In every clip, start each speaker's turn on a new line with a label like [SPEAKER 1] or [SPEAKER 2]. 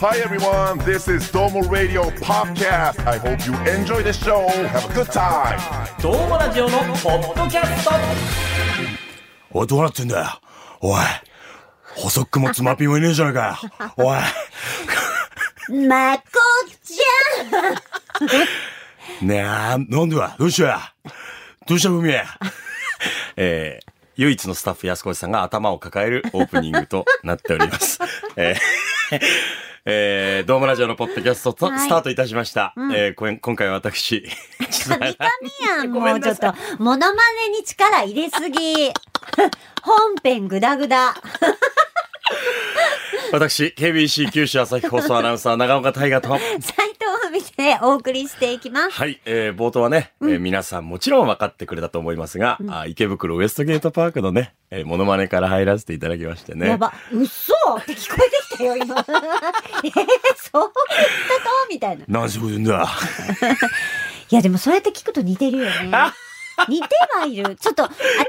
[SPEAKER 1] Hi everyone, this is Domo Radio Podcast. I hope you enjoy the show. Have a good time.
[SPEAKER 2] どうもラジオのポッドキャスト
[SPEAKER 3] おい、どうなってんだよ。おい。細くもつまぴもいねえじゃないか よ。おい。
[SPEAKER 4] まこち
[SPEAKER 3] ねえ、なんでだどうしたやどうした、ふみえ。 えー、唯一のスタッフ安越さんが頭を抱えるオープニングとなっており ます。えーえー、ドームラジオのポッドキャストと、
[SPEAKER 4] はい
[SPEAKER 3] スタートいたしました。えーこん今回は私、ちょっと
[SPEAKER 4] ゃん。みやん、もうちょっと、モノマネに力入れすぎ。 本編グダグダ。
[SPEAKER 3] 私、KBC 九州朝日放送アナウンサー長岡大河と、
[SPEAKER 4] 斎藤文でお送りしていきます。
[SPEAKER 3] はい、えー冒頭はね、えー皆さんもちろん分かってくれたと思いますが、あー池袋ウエストゲートパークのね、えー、モノマネから入らせていただきましてね。
[SPEAKER 4] やば、嘘って聞こえてきたよ、今。え ー、そういったとみたいな。い
[SPEAKER 3] 何しこと言うん だ。
[SPEAKER 4] や、でもそうやって聞くと似てる よね。似てはいる。ちょっと、私がさ、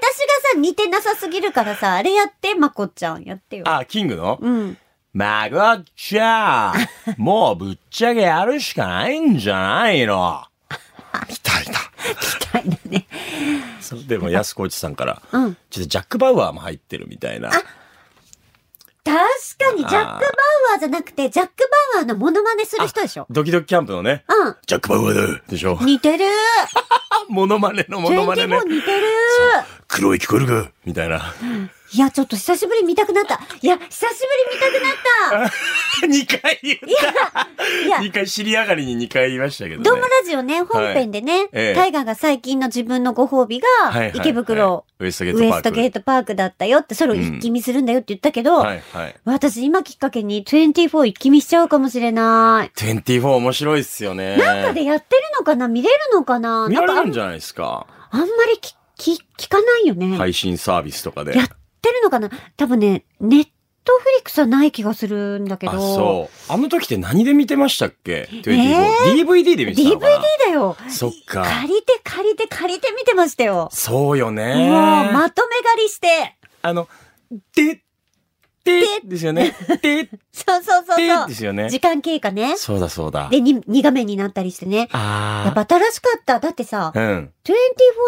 [SPEAKER 4] 似てなさすぎるからさ、あれやって、まこちゃん、やってよ。
[SPEAKER 3] あー、キングの、
[SPEAKER 4] うん。
[SPEAKER 3] まごっちゃ ん、もうぶっちゃけやるしかないんじゃないの。 みたいな。
[SPEAKER 4] みたいなね。
[SPEAKER 3] そうでも、安子内さんから、
[SPEAKER 4] うん
[SPEAKER 3] ちょっとジャック・バウアーも入ってるみたいな。
[SPEAKER 4] 確かに、ジャック・バウアーじゃなくて、ジャック・バウアーのモノマネする人でしょ。
[SPEAKER 3] ドキドキキャンプのね、
[SPEAKER 4] う
[SPEAKER 3] ジャック・バウアーだでしょ。
[SPEAKER 4] ん。似てる。
[SPEAKER 3] モノマネのモ
[SPEAKER 4] 全
[SPEAKER 3] ノ
[SPEAKER 4] 然
[SPEAKER 3] マネ
[SPEAKER 4] も
[SPEAKER 3] ね
[SPEAKER 4] う。似てる。
[SPEAKER 3] 黒い聞こえるかみたい な。
[SPEAKER 4] いや、ちょっと久しぶりに見たくなった。いや、久しぶりに見たくなっ
[SPEAKER 3] 2回言った
[SPEAKER 4] た。いや、
[SPEAKER 3] 二回尻上がりに2回言いましたけどね。
[SPEAKER 4] ドームラジオね、本編でね、
[SPEAKER 3] ええ
[SPEAKER 4] タイガーが最近の自分のご褒美
[SPEAKER 3] はい
[SPEAKER 4] が
[SPEAKER 3] は、い
[SPEAKER 4] 池袋、
[SPEAKER 3] ウエストゲー
[SPEAKER 4] ウ
[SPEAKER 3] ト
[SPEAKER 4] エ
[SPEAKER 3] パー
[SPEAKER 4] ス
[SPEAKER 3] ク。
[SPEAKER 4] トゲートパークだったよって、それを一気見するんだよって言ったけど、
[SPEAKER 3] はいはい。
[SPEAKER 4] 私今きっかけに24一気見しちゃうかもしれない。
[SPEAKER 3] 24面白いっすよね。
[SPEAKER 4] なんかでやってるのかな見れるのかな
[SPEAKER 3] 見
[SPEAKER 4] な
[SPEAKER 3] ら
[SPEAKER 4] んか
[SPEAKER 3] れ
[SPEAKER 4] あ
[SPEAKER 3] るん
[SPEAKER 4] ん
[SPEAKER 3] じゃないですか。
[SPEAKER 4] あんまりきき聞かないよね。
[SPEAKER 3] 配信サービスとかで。
[SPEAKER 4] やってるのかな多分ね、ネットフリックスはない気がするんだけど。
[SPEAKER 3] あ、そう。あの時って何で見てましたっけ ?24。DVD で見てた
[SPEAKER 4] DVD
[SPEAKER 3] のかな
[SPEAKER 4] だよ。
[SPEAKER 3] そっか。
[SPEAKER 4] 借りて借りて借りて見てましたよ。
[SPEAKER 3] そうよ
[SPEAKER 4] も
[SPEAKER 3] ね
[SPEAKER 4] う。まとめ借りして。
[SPEAKER 3] あの、で、で、ですよ ね。で、で
[SPEAKER 4] そうそうそうそう。
[SPEAKER 3] ですよね。
[SPEAKER 4] 時間経過ね。
[SPEAKER 3] そうだそうだ。
[SPEAKER 4] で、に2画面になったりしてね。やっ
[SPEAKER 3] あ
[SPEAKER 4] ぱ新しかった。だってさ、
[SPEAKER 3] あ。うん。
[SPEAKER 4] 24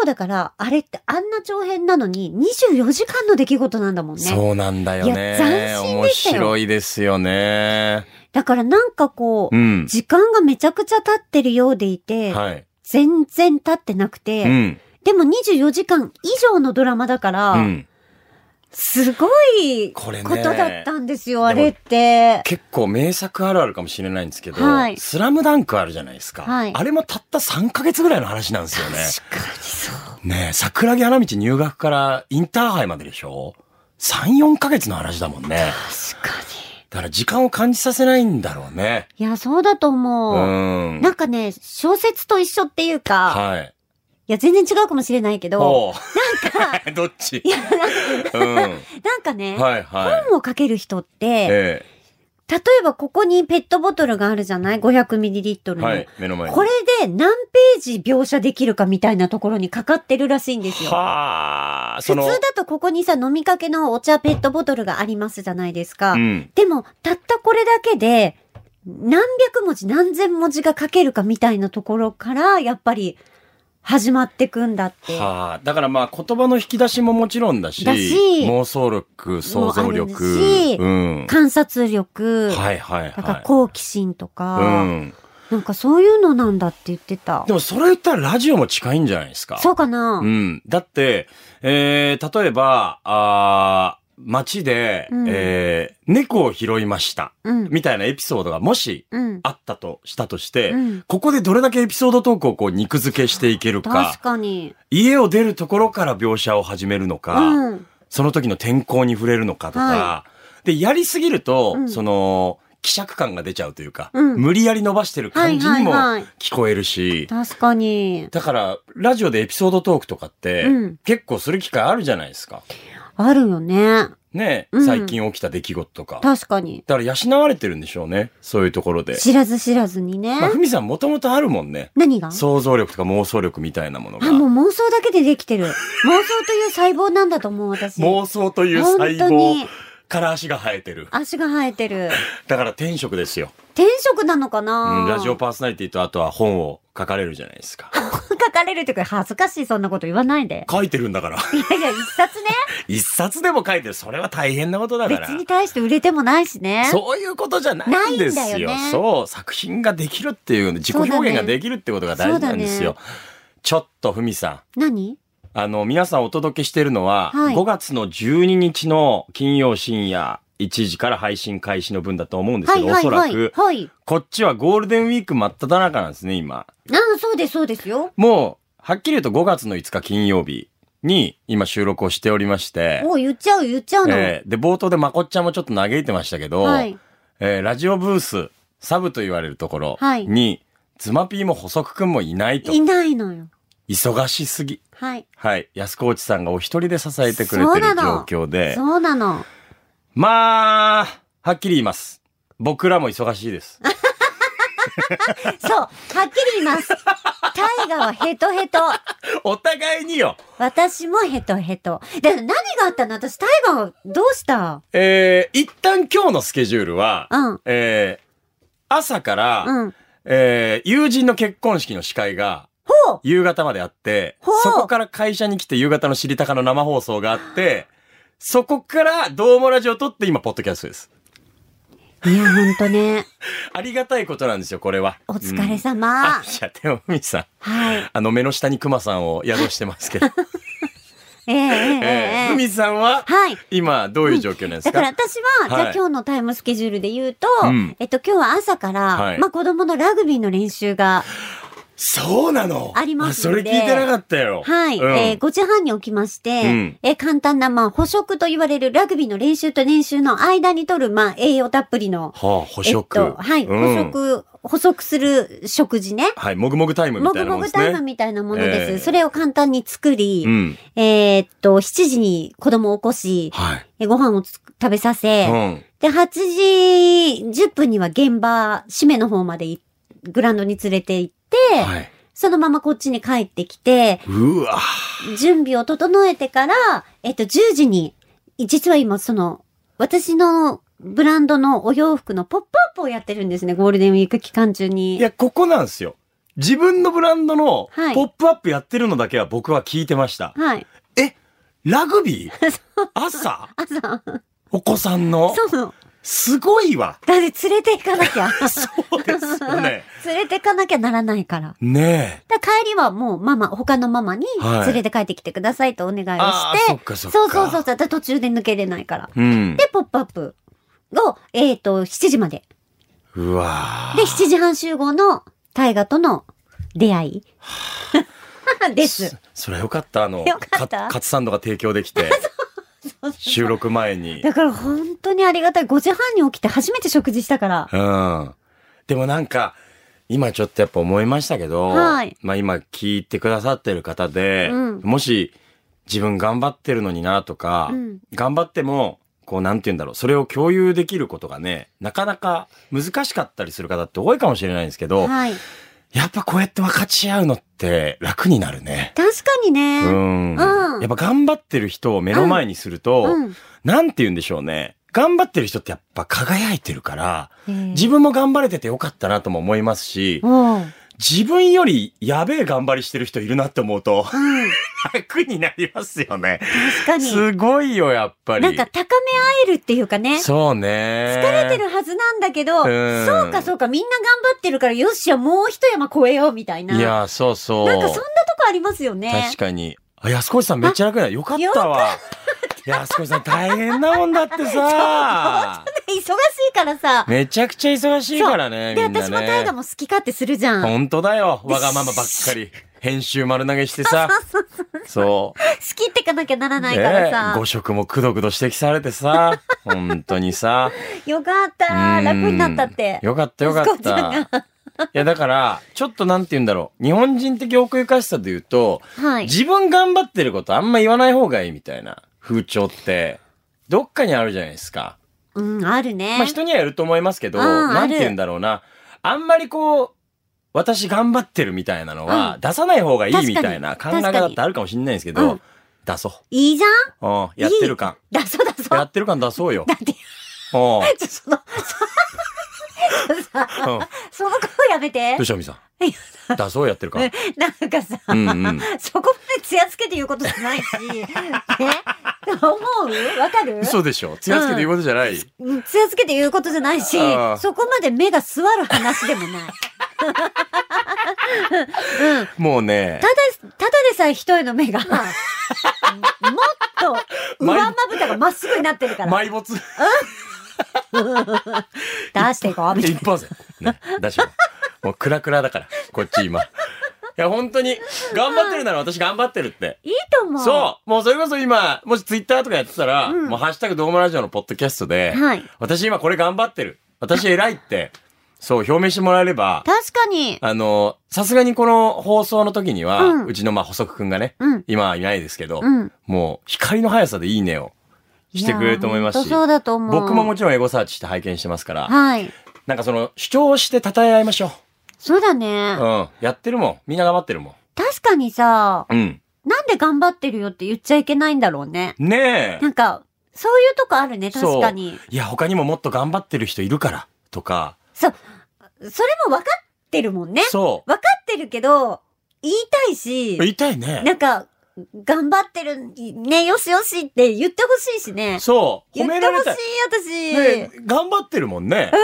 [SPEAKER 4] だから、あれってあんな長編なのに24時間の出来事なんだもんね。
[SPEAKER 3] そうなんだよ
[SPEAKER 4] い
[SPEAKER 3] ね。
[SPEAKER 4] や斬新
[SPEAKER 3] 面
[SPEAKER 4] でしたよ
[SPEAKER 3] 白いですよね。
[SPEAKER 4] だからなんかこう、
[SPEAKER 3] うん。
[SPEAKER 4] 時間がめちゃくちゃ経ってるようでいて、
[SPEAKER 3] はい。
[SPEAKER 4] 全然経ってなくて、
[SPEAKER 3] うん。
[SPEAKER 4] でも24時間以上のドラマだから、
[SPEAKER 3] うん。
[SPEAKER 4] すごい
[SPEAKER 3] こ
[SPEAKER 4] こ
[SPEAKER 3] れね
[SPEAKER 4] とだったんですよ、
[SPEAKER 3] で
[SPEAKER 4] あ
[SPEAKER 3] も
[SPEAKER 4] れって。
[SPEAKER 3] 結構名作あるあるかもしれないんですけど、
[SPEAKER 4] はい
[SPEAKER 3] スラムダンクあるじゃないですか。
[SPEAKER 4] はい
[SPEAKER 3] あれもたった3ヶ月ぐらいの話なんですよね。
[SPEAKER 4] 確かにそう。
[SPEAKER 3] ねえ、桜木花道入学からインターハイまででしょ ?3、4ヶ月の話だもんね。
[SPEAKER 4] 確か
[SPEAKER 3] だから時間を感じさせないんだろうね。
[SPEAKER 4] に。いや、そうだと
[SPEAKER 3] う
[SPEAKER 4] 思う。
[SPEAKER 3] ん。
[SPEAKER 4] なんかね、小説と一緒っていうか、
[SPEAKER 3] はい。
[SPEAKER 4] いや、全然違うかもしれないけど、
[SPEAKER 3] おう。 どっちうん。
[SPEAKER 4] なんかね、
[SPEAKER 3] はいはい。
[SPEAKER 4] 本を書ける人って、
[SPEAKER 3] え
[SPEAKER 4] 例えばここにペットボトルがあるじゃない ?500ml
[SPEAKER 3] え。
[SPEAKER 4] の。
[SPEAKER 3] はい。目の前に。
[SPEAKER 4] これで何ページ描写できるかみたいなところにかかってるらしいんですよ。
[SPEAKER 3] はあ。
[SPEAKER 4] 普
[SPEAKER 3] そ
[SPEAKER 4] 通
[SPEAKER 3] の。
[SPEAKER 4] だとここにさ、飲みかけのお茶ペットボトルがありますじゃないですか。
[SPEAKER 3] うん。
[SPEAKER 4] でも、たったこれだけで、何百文字、何千文字が書けるかみたいなところから、やっぱり、始まってくんだって。
[SPEAKER 3] はあ、だからまあ言葉の引き出しももちろんだし、
[SPEAKER 4] だし
[SPEAKER 3] 妄想力、想像力、
[SPEAKER 4] もあるし
[SPEAKER 3] うん。
[SPEAKER 4] 観察力、
[SPEAKER 3] はいはい
[SPEAKER 4] なんか
[SPEAKER 3] は
[SPEAKER 4] 好奇心と
[SPEAKER 3] い。
[SPEAKER 4] か、
[SPEAKER 3] うん。
[SPEAKER 4] なんかそういうのなんだって言ってた
[SPEAKER 3] で。もそれ言ったらラジオも近いんじゃないですか。
[SPEAKER 4] そうかな、
[SPEAKER 3] うん。だって、えー、例えば、あー街で、
[SPEAKER 4] うん
[SPEAKER 3] えー、猫を拾いました。
[SPEAKER 4] うん。
[SPEAKER 3] みたいなエピソードがもし
[SPEAKER 4] うん。
[SPEAKER 3] あったとしたとして、
[SPEAKER 4] うん
[SPEAKER 3] ここでどれだけエピソードトークをこう肉付けしていける
[SPEAKER 4] 確
[SPEAKER 3] か、
[SPEAKER 4] かに。
[SPEAKER 3] 家を出るところから描写を始めるのか、
[SPEAKER 4] うん。
[SPEAKER 3] その時の天候に触れるのかとか、
[SPEAKER 4] は
[SPEAKER 3] で、やりすぎると、
[SPEAKER 4] うん
[SPEAKER 3] その、希釈感が出ちゃうというか、
[SPEAKER 4] うん
[SPEAKER 3] 無理やり伸ばしてる感じにも
[SPEAKER 4] はいはいはい
[SPEAKER 3] 聞こえるし、
[SPEAKER 4] 確かに。
[SPEAKER 3] だから、ラジオでエピソードトークとかって、
[SPEAKER 4] うん
[SPEAKER 3] 結構する機会あるじゃないですか。
[SPEAKER 4] あるよね。
[SPEAKER 3] ね、
[SPEAKER 4] うん
[SPEAKER 3] 最近起きた出来事とか。
[SPEAKER 4] 確かに。
[SPEAKER 3] だから養われてるんでしょうね、そういうところで。
[SPEAKER 4] 知らず知らずにね。
[SPEAKER 3] まあ、ふみさんもともとあるもんね。
[SPEAKER 4] 何が
[SPEAKER 3] 想像力とか妄想力みたいなものが
[SPEAKER 4] あ、。もう妄想だけでできてる。妄想という細胞なんだと思う、私。
[SPEAKER 3] 妄想という細
[SPEAKER 4] 本当
[SPEAKER 3] 胞
[SPEAKER 4] に。
[SPEAKER 3] から足が生えてる。
[SPEAKER 4] 足が生えてる。
[SPEAKER 3] だから天職ですよ。
[SPEAKER 4] 転職なのかな、
[SPEAKER 3] うんラジオパーソナリティとあとは本を書かれるじゃない ですか。
[SPEAKER 4] 書かれるというか恥ずかしいそんなこと言わないで。
[SPEAKER 3] 書いてるんだから。
[SPEAKER 4] いやいや、一冊ね。
[SPEAKER 3] 一冊でも書いてる。それは大変なことだから
[SPEAKER 4] 別。に対して売れてもないしね。
[SPEAKER 3] そういうことじゃないんですよ。
[SPEAKER 4] ないんだよね
[SPEAKER 3] そう、作品ができるっていう、自己
[SPEAKER 4] そうだ
[SPEAKER 3] 表
[SPEAKER 4] ね
[SPEAKER 3] 現ができるってことが大事なんですよ。
[SPEAKER 4] そ
[SPEAKER 3] ちょっとふみさん。
[SPEAKER 4] 何
[SPEAKER 3] あの、皆さんお届けしてるのは、
[SPEAKER 4] はい
[SPEAKER 3] 5月の12日の金曜深夜1時から配信開始の分だと思うんです
[SPEAKER 4] は
[SPEAKER 3] け
[SPEAKER 4] い
[SPEAKER 3] ど、
[SPEAKER 4] はいは
[SPEAKER 3] お
[SPEAKER 4] い。
[SPEAKER 3] そらく、
[SPEAKER 4] はい。
[SPEAKER 3] こっちはゴールデンウィーク真っ只中なんですね、今。
[SPEAKER 4] ああ、そうですそうですよ。
[SPEAKER 3] もう、はっきり言うと5月の5日金曜日に今収録をしておりまして、
[SPEAKER 4] もう言っちゃう言っちゃうの。
[SPEAKER 3] えーで、冒頭でまこっちゃんもちょっと嘆いてましたけど、
[SPEAKER 4] はい。
[SPEAKER 3] えーラジオブース、サブと言われるところに、
[SPEAKER 4] はい
[SPEAKER 3] ズマピーも細くくんもいないと
[SPEAKER 4] い。ないのよ。
[SPEAKER 3] 忙しすぎ。
[SPEAKER 4] はい。
[SPEAKER 3] はい。安河内さんがお一人で支えてくれ
[SPEAKER 4] そ
[SPEAKER 3] て
[SPEAKER 4] う
[SPEAKER 3] る
[SPEAKER 4] なの
[SPEAKER 3] 状況で。
[SPEAKER 4] そうなの。
[SPEAKER 3] まあ、はっきり言います。僕らも忙しいです。
[SPEAKER 4] そう。はっきり言います。タイガはヘトヘト。
[SPEAKER 3] お互いによ。
[SPEAKER 4] 私もヘトヘト。で、何があったの私、タイガはどうした
[SPEAKER 3] えー、一旦今日のスケジュールは、
[SPEAKER 4] うん
[SPEAKER 3] えー、朝から、
[SPEAKER 4] うん。
[SPEAKER 3] えー、友人の結婚式の司会が、
[SPEAKER 4] ほう
[SPEAKER 3] 夕方まであって
[SPEAKER 4] ほう、
[SPEAKER 3] そこから会社に来て夕方の知りたかの生放送があって、そこからどうもラジオを撮って今、ポッドキャストです。
[SPEAKER 4] いや、ほんとね。
[SPEAKER 3] ありがたいことなんですよ、これは。
[SPEAKER 4] お疲れ様。
[SPEAKER 3] うんあ
[SPEAKER 4] はい
[SPEAKER 3] や、でも、ふみさん。
[SPEAKER 4] い。
[SPEAKER 3] あの、目の下に熊さんを宿してますけど。
[SPEAKER 4] えええ え
[SPEAKER 3] えー
[SPEAKER 4] え
[SPEAKER 3] ふ
[SPEAKER 4] え
[SPEAKER 3] みさんは、
[SPEAKER 4] はい。
[SPEAKER 3] 今、どういう状況なんです
[SPEAKER 4] だから
[SPEAKER 3] か
[SPEAKER 4] 私は、
[SPEAKER 3] はい
[SPEAKER 4] じゃあ今日のタイムスケジュールで言うと、
[SPEAKER 3] うん
[SPEAKER 4] えっと今日は朝から、
[SPEAKER 3] はい
[SPEAKER 4] まあ子供のラグビーの練習が、
[SPEAKER 3] そうなの
[SPEAKER 4] あります
[SPEAKER 3] あ
[SPEAKER 4] ん
[SPEAKER 3] それ
[SPEAKER 4] で
[SPEAKER 3] 聞いてなかったよ。
[SPEAKER 4] はい、
[SPEAKER 3] うん
[SPEAKER 4] えー5時半に起きまして、
[SPEAKER 3] うん
[SPEAKER 4] えー簡単な、まあ補食と言われるラグビーの練習と練習の間にとる、まあ栄養たっぷり
[SPEAKER 3] は
[SPEAKER 4] の、
[SPEAKER 3] あ、補食。
[SPEAKER 4] えっと、はい、
[SPEAKER 3] うん
[SPEAKER 4] 補。食、補足する食事ね。
[SPEAKER 3] はい、もぐもぐタイムみ
[SPEAKER 4] も
[SPEAKER 3] たい
[SPEAKER 4] ぐ
[SPEAKER 3] なも
[SPEAKER 4] も
[SPEAKER 3] んで
[SPEAKER 4] ぐ
[SPEAKER 3] す
[SPEAKER 4] タイム
[SPEAKER 3] ね。
[SPEAKER 4] みたいなものです。
[SPEAKER 3] ええ
[SPEAKER 4] それを簡単に作り、
[SPEAKER 3] うん。
[SPEAKER 4] えーっと、7時に子供を起こし、
[SPEAKER 3] はい。
[SPEAKER 4] えーご飯をつく食べさせ、
[SPEAKER 3] うん。
[SPEAKER 4] で、8時10分には現場、締めの方までいグラウンドに連れて行って、
[SPEAKER 3] はい。
[SPEAKER 4] そのままこっちに帰ってきて、
[SPEAKER 3] うわ
[SPEAKER 4] 準備を整えてから、えっと、10時に、実は今その、私のブランドのお洋服のポップアップをやってるんですね、ゴールデンウィーク期間中
[SPEAKER 3] い
[SPEAKER 4] に。
[SPEAKER 3] や、ここなんですよ。自分のブランドの
[SPEAKER 4] はい
[SPEAKER 3] ポップアップやってるのだけは僕は聞いてました。
[SPEAKER 4] はい。
[SPEAKER 3] え、ラグビー朝
[SPEAKER 4] 朝、
[SPEAKER 3] お子さんの
[SPEAKER 4] そう。
[SPEAKER 3] すごいわ。
[SPEAKER 4] だって連れて行か なきゃ。
[SPEAKER 3] そうですよね。
[SPEAKER 4] 連れて行かなきゃならないから。
[SPEAKER 3] ねえ。
[SPEAKER 4] だから帰りはもうママ、他のママに
[SPEAKER 3] はい
[SPEAKER 4] 連れて帰ってきてくださいとお願いをして、
[SPEAKER 3] ああ、そっかそっか。
[SPEAKER 4] そうそうそう。だって途中で抜けれないから。
[SPEAKER 3] うん。
[SPEAKER 4] で、ポップアップを、えっ、と、7時まで。
[SPEAKER 3] うわ
[SPEAKER 4] で、7時半集合の大河との出会い。 です。
[SPEAKER 3] それはよかった。あの、
[SPEAKER 4] よかった
[SPEAKER 3] かカツサンドが提供でき て、収録前に。
[SPEAKER 4] だから本当にありがたい。5時半に起きて初めて食事したから。
[SPEAKER 3] うん。でもなんか、今ちょっとやっぱ思いましたけど、
[SPEAKER 4] はい
[SPEAKER 3] まあ今聞いてくださってる方で、
[SPEAKER 4] うん
[SPEAKER 3] もし自分頑張ってるのになとか、
[SPEAKER 4] うん
[SPEAKER 3] 頑張っても、こうなんて言うんだろう、それを共有できることがね、なかなか難しかったりする方って多いかもしれないんですけど、
[SPEAKER 4] はい。
[SPEAKER 3] やっぱこうやって分かち合うのって楽になるね。
[SPEAKER 4] 確かにね。
[SPEAKER 3] うん。
[SPEAKER 4] うん
[SPEAKER 3] やっぱ頑張ってる人を目の前にすると、
[SPEAKER 4] うん
[SPEAKER 3] なんて言うんでしょうね。頑張ってる人ってやっぱ輝いてるから、
[SPEAKER 4] えー
[SPEAKER 3] 自分も頑張れててよかったなとも思いますし、
[SPEAKER 4] おう
[SPEAKER 3] 自分よりやべえ頑張りしてる人いるなって思うと
[SPEAKER 4] うん。
[SPEAKER 3] 楽になりますよね。
[SPEAKER 4] 確かに。
[SPEAKER 3] すごいよ、やっぱり。
[SPEAKER 4] なんか高め合えるっていうかね。
[SPEAKER 3] そうね。
[SPEAKER 4] 疲れてるはずなんだけど、
[SPEAKER 3] うん
[SPEAKER 4] そうかそうか、みんな頑張ってるから、よっしゃ、もう一山越えよう、みたいな。
[SPEAKER 3] いや、そうそう。
[SPEAKER 4] なんかそんなとこありますよね。
[SPEAKER 3] 確かに。あ、安越さんめっちゃ楽だ。よかったわ。安越さん大変なもんだって さ。
[SPEAKER 4] 忙しいからさ。
[SPEAKER 3] めちゃくちゃ忙しいからね、
[SPEAKER 4] で、
[SPEAKER 3] みんなね。
[SPEAKER 4] 私も大河も好き勝手するじゃん。好
[SPEAKER 3] 本当だよ。わがままばっかり。編集丸投げしてさ。そう。
[SPEAKER 4] きってかなきゃならないから
[SPEAKER 3] ねえ
[SPEAKER 4] さ
[SPEAKER 3] 誤。食もくどくど指摘されて さ。本当にさ。
[SPEAKER 4] よかった。
[SPEAKER 3] うん
[SPEAKER 4] 楽になったって。
[SPEAKER 3] よかったよかっ
[SPEAKER 4] 息子ちゃん
[SPEAKER 3] た。いやだから、ちょっとなんて言うんだろう。日本人的奥ゆかしさで言うと、
[SPEAKER 4] はい。
[SPEAKER 3] 自分頑張ってることあんま言わない方がいいみたいな風潮って、どっかにあるじゃないですか。
[SPEAKER 4] うん、あるね。
[SPEAKER 3] まあ人にはやると思いますけど、
[SPEAKER 4] うん
[SPEAKER 3] なんて言うんだろうな。あんまりこう、私頑張ってるみたいなのは出さない方がいいみたいな考え
[SPEAKER 4] 確かに
[SPEAKER 3] 方ってあるかもしれないんですけ
[SPEAKER 4] 確かにう
[SPEAKER 3] ど
[SPEAKER 4] ん、
[SPEAKER 3] 出そ
[SPEAKER 4] いいじゃん
[SPEAKER 3] う。うん。やってる感。
[SPEAKER 4] だそうだそう。
[SPEAKER 3] や
[SPEAKER 4] だ
[SPEAKER 3] ってる感出そうよ。
[SPEAKER 4] って、
[SPEAKER 3] うん。うん
[SPEAKER 4] その、
[SPEAKER 3] ど
[SPEAKER 4] その顔やめて
[SPEAKER 3] う。したみさ
[SPEAKER 4] い
[SPEAKER 3] ん。出そうやってる感。
[SPEAKER 4] なんかさ、
[SPEAKER 3] うんうん。
[SPEAKER 4] そこまでつやつけて言うことじ ゃないし、ね思うわかる
[SPEAKER 3] 嘘でしょ。つやつけて言うことじゃない。
[SPEAKER 4] うんつやつけて言うことじゃないし
[SPEAKER 3] あー、
[SPEAKER 4] そこまで目が座る話でもない。
[SPEAKER 3] もうね
[SPEAKER 4] た。だ、ただでさえ一重の目が、もっと上まぶたがまっすぐになってるから、
[SPEAKER 3] 埋没。
[SPEAKER 4] 出していこう、みたい
[SPEAKER 3] 一発で。ね。出しよう。もうクラクラだから。こっち今。いや、本当に、頑張ってるなら私頑張ってるって。
[SPEAKER 4] いいと思う。
[SPEAKER 3] そうもうそれこそ今、もしツイッターとかやってたら、
[SPEAKER 4] うん
[SPEAKER 3] もうハッシュタグドームラジオのポッドキャストで、
[SPEAKER 4] はい
[SPEAKER 3] 私今これ頑張ってる。私偉いって、そう、表明してもらえれば、
[SPEAKER 4] 確かに。
[SPEAKER 3] あの、さすがにこの放送の時には、う
[SPEAKER 4] うん
[SPEAKER 3] ちのまあ補足くんがね、
[SPEAKER 4] うん
[SPEAKER 3] 今はいないですけど、
[SPEAKER 4] うん
[SPEAKER 3] もう光の速さでいいねをしてくれると思います
[SPEAKER 4] や
[SPEAKER 3] し、
[SPEAKER 4] 本当そうだと思う。
[SPEAKER 3] 僕ももちろんエゴサーチして拝見してますから、
[SPEAKER 4] はい。
[SPEAKER 3] なんかその主張して称え合いましょ
[SPEAKER 4] そうだ
[SPEAKER 3] う。
[SPEAKER 4] ね
[SPEAKER 3] う。ん。やってるもん。みんな頑張ってるもん。
[SPEAKER 4] 確かにさ、
[SPEAKER 3] うん。
[SPEAKER 4] なんで頑張ってるよって言っちゃいけないんだろうね。
[SPEAKER 3] ねえ
[SPEAKER 4] な。んか、そういうとこあるね、確かに。
[SPEAKER 3] いや、他にももっと頑張ってる人いるから、とか、
[SPEAKER 4] そう。それも分かってるもんね。
[SPEAKER 3] そ。
[SPEAKER 4] 分かってるけど、言いたいうし、
[SPEAKER 3] 言いたいね。
[SPEAKER 4] なんか、頑張ってる、ね、よしよしって言ってほしいしね。
[SPEAKER 3] そう。
[SPEAKER 4] 言
[SPEAKER 3] 褒
[SPEAKER 4] っ
[SPEAKER 3] め
[SPEAKER 4] て
[SPEAKER 3] ら
[SPEAKER 4] ほ
[SPEAKER 3] れ
[SPEAKER 4] したい
[SPEAKER 3] い。、ね
[SPEAKER 4] 私。
[SPEAKER 3] え頑張ってるもんね。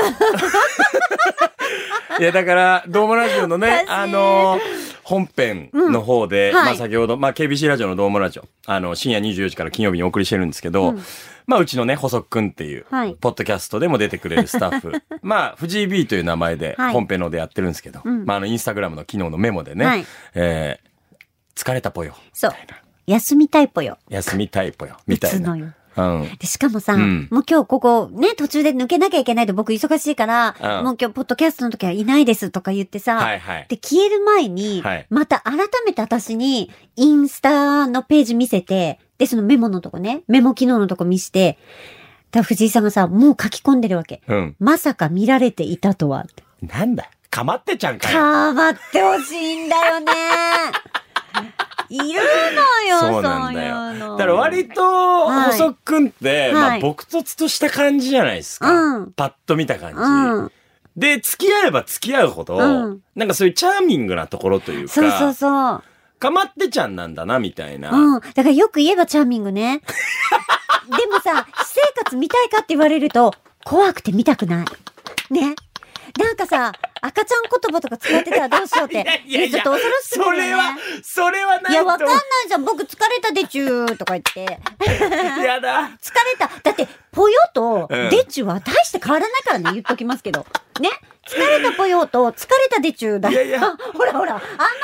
[SPEAKER 3] いや、だから、ドームラジオのね
[SPEAKER 4] お、かしい
[SPEAKER 3] あのー本編の方で、
[SPEAKER 4] うんはい
[SPEAKER 3] まあ先ほど、まあ KBC ラジオのドームラジオ、あの、深夜24時から金曜日にお送りしてるんですけど、
[SPEAKER 4] うん
[SPEAKER 3] まあうちのね、細くんっていう、
[SPEAKER 4] はい
[SPEAKER 3] ポッドキャストでも出てくれるスタッ フ、まあ、藤井 B という名前で
[SPEAKER 4] はい
[SPEAKER 3] 本編の方でやってるんですけど、
[SPEAKER 4] うん
[SPEAKER 3] まああの、インスタグラムの機能のメモでね、
[SPEAKER 4] はい
[SPEAKER 3] えー疲れたぽよ、
[SPEAKER 4] そう。休みたいぽよ。
[SPEAKER 3] 休みたいぽよ、み
[SPEAKER 4] 打
[SPEAKER 3] たい
[SPEAKER 4] つ
[SPEAKER 3] な。
[SPEAKER 4] のよ。
[SPEAKER 3] うん。
[SPEAKER 4] で、しかもさ、
[SPEAKER 3] うん
[SPEAKER 4] もう今日ここね、途中で抜けなきゃいけないと僕忙しいから、
[SPEAKER 3] うん
[SPEAKER 4] もう今日ポッドキャストの時はいないですとか言ってさ、
[SPEAKER 3] はいはい。
[SPEAKER 4] で、消える前に、
[SPEAKER 3] はい
[SPEAKER 4] また改めて私に、インスタのページ見せて、で、そのメモのとこね、メモ機能のとこ見して、た藤井さんがさ、もう書き込んでるわけ。
[SPEAKER 3] うん。
[SPEAKER 4] まさか見られていたとは。
[SPEAKER 3] なんだかまってちゃんかよ。
[SPEAKER 4] かまってほしいんだ よね。いるのよ、
[SPEAKER 3] そ
[SPEAKER 4] そうう
[SPEAKER 3] なんだ
[SPEAKER 4] いう
[SPEAKER 3] よ。
[SPEAKER 4] の
[SPEAKER 3] だから割と、
[SPEAKER 4] はい
[SPEAKER 3] 細くんって、ま
[SPEAKER 4] は
[SPEAKER 3] あ、
[SPEAKER 4] い
[SPEAKER 3] 朴突とした感じじゃないですか。
[SPEAKER 4] うん
[SPEAKER 3] パッと見た感じ。
[SPEAKER 4] うん。
[SPEAKER 3] で、付き合えば付き合うほど、
[SPEAKER 4] うん
[SPEAKER 3] なんかそういうチャーミングなところというか、
[SPEAKER 4] そうそうそう。
[SPEAKER 3] かまってちゃんなんだな、みたいな。
[SPEAKER 4] うん。だからよく言えばチャーミングね。 でもさ、私生活見たいかって言われると、怖くて見たくない。ね。なんかさ、赤ちゃん言葉とか使ってたらどうしようっ て。
[SPEAKER 3] いやいやい
[SPEAKER 4] ちょ
[SPEAKER 3] や
[SPEAKER 4] っと恐ろしく
[SPEAKER 3] そ
[SPEAKER 4] なる
[SPEAKER 3] れ
[SPEAKER 4] よ
[SPEAKER 3] は
[SPEAKER 4] ね。、
[SPEAKER 3] それはないい
[SPEAKER 4] や、
[SPEAKER 3] と
[SPEAKER 4] わ
[SPEAKER 3] 思
[SPEAKER 4] かんないじゃん。僕疲れたでちゅーとか言って。
[SPEAKER 3] う。やだ。
[SPEAKER 4] 疲れた。だって、ぽよと
[SPEAKER 3] うん
[SPEAKER 4] でちゅは大して変わらないからね、言っときますけど。ね。疲れたぽよと疲れたでちゅだ。
[SPEAKER 3] いやいや
[SPEAKER 4] ほらほら、あんま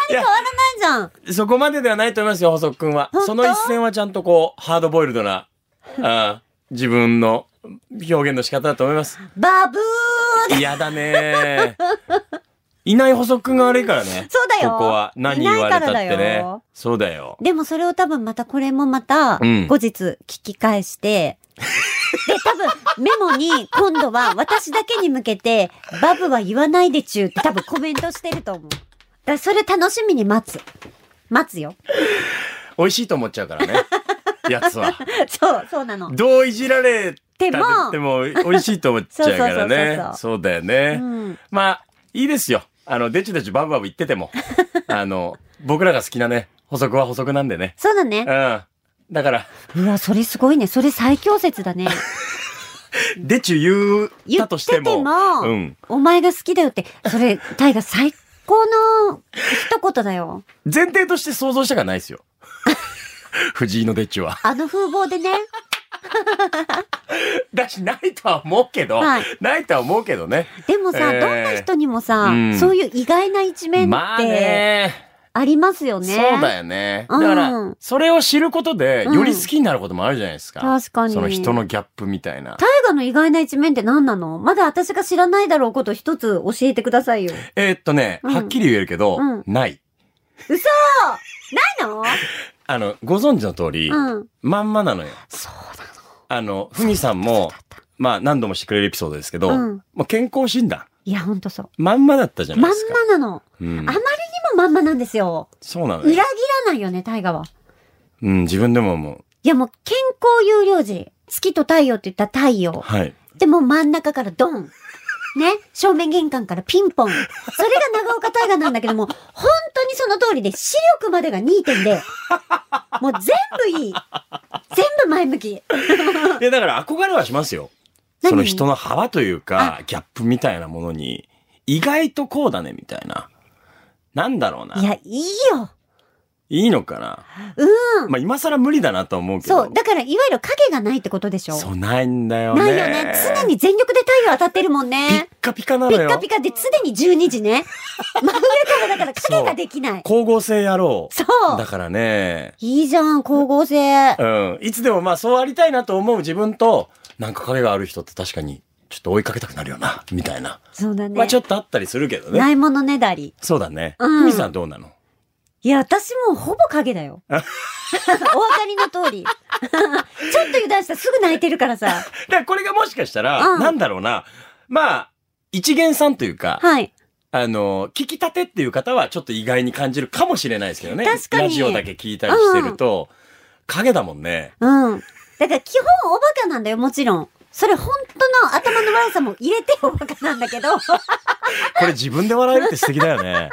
[SPEAKER 4] り変わらないじゃん。
[SPEAKER 3] そこまでではないと思いますよ、細くんは
[SPEAKER 4] 本。当
[SPEAKER 3] その一線はちゃんとこう、ハードボイルドな、あー自分の表現の仕方だと思います。
[SPEAKER 4] バブーだ
[SPEAKER 3] 嫌だねーいない補足が悪いからね。
[SPEAKER 4] そうだよ
[SPEAKER 3] ここは。何言われたって
[SPEAKER 4] いないからだ
[SPEAKER 3] ね
[SPEAKER 4] よ。
[SPEAKER 3] そうだよ。
[SPEAKER 4] でもそれを多分またこれもまた後
[SPEAKER 3] うん
[SPEAKER 4] 日聞き返して、で多分メモに今度は私だけに向けてバブは言わないでちゅうって多分コメントしてると思う。だからそれ楽しみに待つ。待つよ。
[SPEAKER 3] 美味しいと思っちゃうからね。やつは。
[SPEAKER 4] そう、そうなの。
[SPEAKER 3] どういじられ
[SPEAKER 4] で
[SPEAKER 3] たと
[SPEAKER 4] も
[SPEAKER 3] っても美味しいと思っちゃうから
[SPEAKER 4] そうそうそうそ
[SPEAKER 3] ね。
[SPEAKER 4] う
[SPEAKER 3] そうだよね
[SPEAKER 4] う。ん。
[SPEAKER 3] まあ、いいですよ。あの、でちでちバブバブ言ってても。あの、僕らが好きなね、補足は補足なんでね。
[SPEAKER 4] そうだ
[SPEAKER 3] う
[SPEAKER 4] ね
[SPEAKER 3] ん。。だから、
[SPEAKER 4] うわ、それすごいね。それ最強説だね。
[SPEAKER 3] でちゅ言っ
[SPEAKER 4] 言
[SPEAKER 3] た
[SPEAKER 4] っ
[SPEAKER 3] と
[SPEAKER 4] て
[SPEAKER 3] してても。
[SPEAKER 4] も、
[SPEAKER 3] うん。
[SPEAKER 4] お前が好きだよって、それ、タイが最高の一言だよ。
[SPEAKER 3] 前提として想像したからないですよ。 藤井のでちゅは。
[SPEAKER 4] あの風貌でね。
[SPEAKER 3] だし、ないとは思うけど、
[SPEAKER 4] はい
[SPEAKER 3] ないとは思うけどね。
[SPEAKER 4] でもさ、
[SPEAKER 3] えー
[SPEAKER 4] どんな人にもさ、
[SPEAKER 3] うん
[SPEAKER 4] そういう意外な一面
[SPEAKER 3] ま
[SPEAKER 4] っ
[SPEAKER 3] あ
[SPEAKER 4] て
[SPEAKER 3] ね
[SPEAKER 4] ありますよね。
[SPEAKER 3] そうだよね。だ
[SPEAKER 4] うん
[SPEAKER 3] から、それを知ることで、
[SPEAKER 4] うん
[SPEAKER 3] より好きになることもあるじゃないですか。
[SPEAKER 4] 確かに
[SPEAKER 3] その人のギャップみたいな。
[SPEAKER 4] 大河の意外な一面って何なのまだ私が知らないだろうこと一つ教えてくださいよ。
[SPEAKER 3] えーっとね、
[SPEAKER 4] うん
[SPEAKER 3] はっきり言えるけど、
[SPEAKER 4] うん
[SPEAKER 3] ない。
[SPEAKER 4] 嘘ないの
[SPEAKER 3] あの、ご存知の通り、
[SPEAKER 4] うん。
[SPEAKER 3] まんまなのよ。
[SPEAKER 4] そうだっ
[SPEAKER 3] あの、ふみさんも
[SPEAKER 4] た、。
[SPEAKER 3] まあ何度もしてくれるエピソードですけど、
[SPEAKER 4] うん
[SPEAKER 3] もう健康診断、
[SPEAKER 4] いや、ほんとそう。
[SPEAKER 3] まんまだったじゃな
[SPEAKER 4] ま
[SPEAKER 3] い
[SPEAKER 4] ん
[SPEAKER 3] ですか。
[SPEAKER 4] まなの。
[SPEAKER 3] うん
[SPEAKER 4] あまりにもまんまなんですよ。
[SPEAKER 3] そうなの
[SPEAKER 4] 裏切
[SPEAKER 3] よ。
[SPEAKER 4] らないよね、大河は。
[SPEAKER 3] うん、自分でもも
[SPEAKER 4] いやもう健康有料児。月と太陽って言ったら太
[SPEAKER 3] う、
[SPEAKER 4] 陽。
[SPEAKER 3] はい。
[SPEAKER 4] でもう真ん中からドン。ね。正面玄関からピンポン。それが長岡大河なんだけども、本当にその通りで、視力までが2点で、もう全部いい。全部前向き。
[SPEAKER 3] いや、だから憧れはしますよ。
[SPEAKER 4] 何
[SPEAKER 3] その人の幅というか、ギャップみたいなものに、意外とこうだね、みたいな。なんだろうな。
[SPEAKER 4] い
[SPEAKER 3] い
[SPEAKER 4] や、いいよ。
[SPEAKER 3] いのかな。
[SPEAKER 4] うん。
[SPEAKER 3] まあ、今更無理だなとは思うけど。
[SPEAKER 4] そう。だから、いわゆる影がないってことでしょ。
[SPEAKER 3] そう、ないんだよね。
[SPEAKER 4] ないよね。常。に全力で太陽当たってるもん
[SPEAKER 3] ピッ
[SPEAKER 4] ね。
[SPEAKER 3] カピカな
[SPEAKER 4] ピ
[SPEAKER 3] の
[SPEAKER 4] ッ
[SPEAKER 3] よ。
[SPEAKER 4] カピカで常に12時 ね。真上からだから影ができない。
[SPEAKER 3] 光合成やろう。
[SPEAKER 4] そう。
[SPEAKER 3] だからね。
[SPEAKER 4] いいじゃん、光合 成。
[SPEAKER 3] うん。いつでもまあ、そうありたいなと思う自分と、なんか影がある人って確かに、ちょっと追いかけたくなるよな、みたいな。
[SPEAKER 4] そうだ
[SPEAKER 3] まあ、
[SPEAKER 4] ね
[SPEAKER 3] ち。ょっとあったりするけどね。
[SPEAKER 4] ないものねだり。
[SPEAKER 3] そうだね。
[SPEAKER 4] うん
[SPEAKER 3] ふみさんどうなの
[SPEAKER 4] いや、私もうほぼ影 だよ。お分かりの通り。 ちょっと油断したらすぐ泣いてるからさ。
[SPEAKER 3] だからこれがもしかしたら、
[SPEAKER 4] うん
[SPEAKER 3] なんだろうな、まあ、一元さんというか、
[SPEAKER 4] はい。
[SPEAKER 3] あの、聞きたてっていう方はちょっと意外に感じるかもしれないですけどね。
[SPEAKER 4] 確かに
[SPEAKER 3] ラジオだけ聞いたりしてると、影だもんね。
[SPEAKER 4] うん。だから基本おバカなんだよ、もちろん。それ本当の頭の悪さも入れておバカなんだ けど。
[SPEAKER 3] これ自分で笑えるって素敵だよ ね。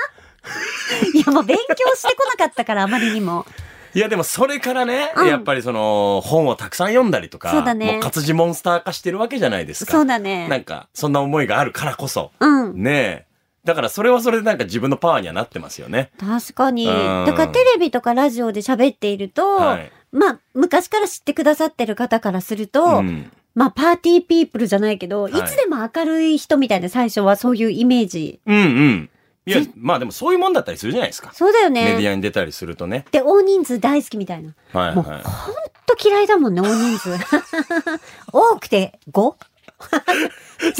[SPEAKER 4] いや、もう勉強してこなかったから、あまりにも。
[SPEAKER 3] いやでもそれからね、
[SPEAKER 4] うん
[SPEAKER 3] やっぱりその本をたくさん読んだりとか、
[SPEAKER 4] そうだね
[SPEAKER 3] もう活字モンスター化してるわけじゃないですか。
[SPEAKER 4] そう
[SPEAKER 3] な
[SPEAKER 4] だね。
[SPEAKER 3] んか、そんな思いがあるからこそ。
[SPEAKER 4] うん。
[SPEAKER 3] ねえ。だからそれはそれでなんか自分のパワーにはなってますよね。
[SPEAKER 4] 確かに。
[SPEAKER 3] うん
[SPEAKER 4] だからテレビとかラジオで喋っていると、
[SPEAKER 3] はい。
[SPEAKER 4] まあ、昔から知ってくださってる方からすると、
[SPEAKER 3] うん。
[SPEAKER 4] まあ、パーティーピープルじゃないけど、
[SPEAKER 3] い
[SPEAKER 4] い、つでも明るい人みたいな最初はそういうイメージ。
[SPEAKER 3] うんうん。いや
[SPEAKER 4] ぜ、
[SPEAKER 3] まあでもそういうもんだったりするじゃないですか。
[SPEAKER 4] そうだよ
[SPEAKER 3] メデ
[SPEAKER 4] ね。
[SPEAKER 3] ィアに出たりするとね。
[SPEAKER 4] で、大人数大好きみたいな。
[SPEAKER 3] はい
[SPEAKER 4] もう
[SPEAKER 3] はい。
[SPEAKER 4] ほんと嫌いだもんね、大人数。 多くて 5?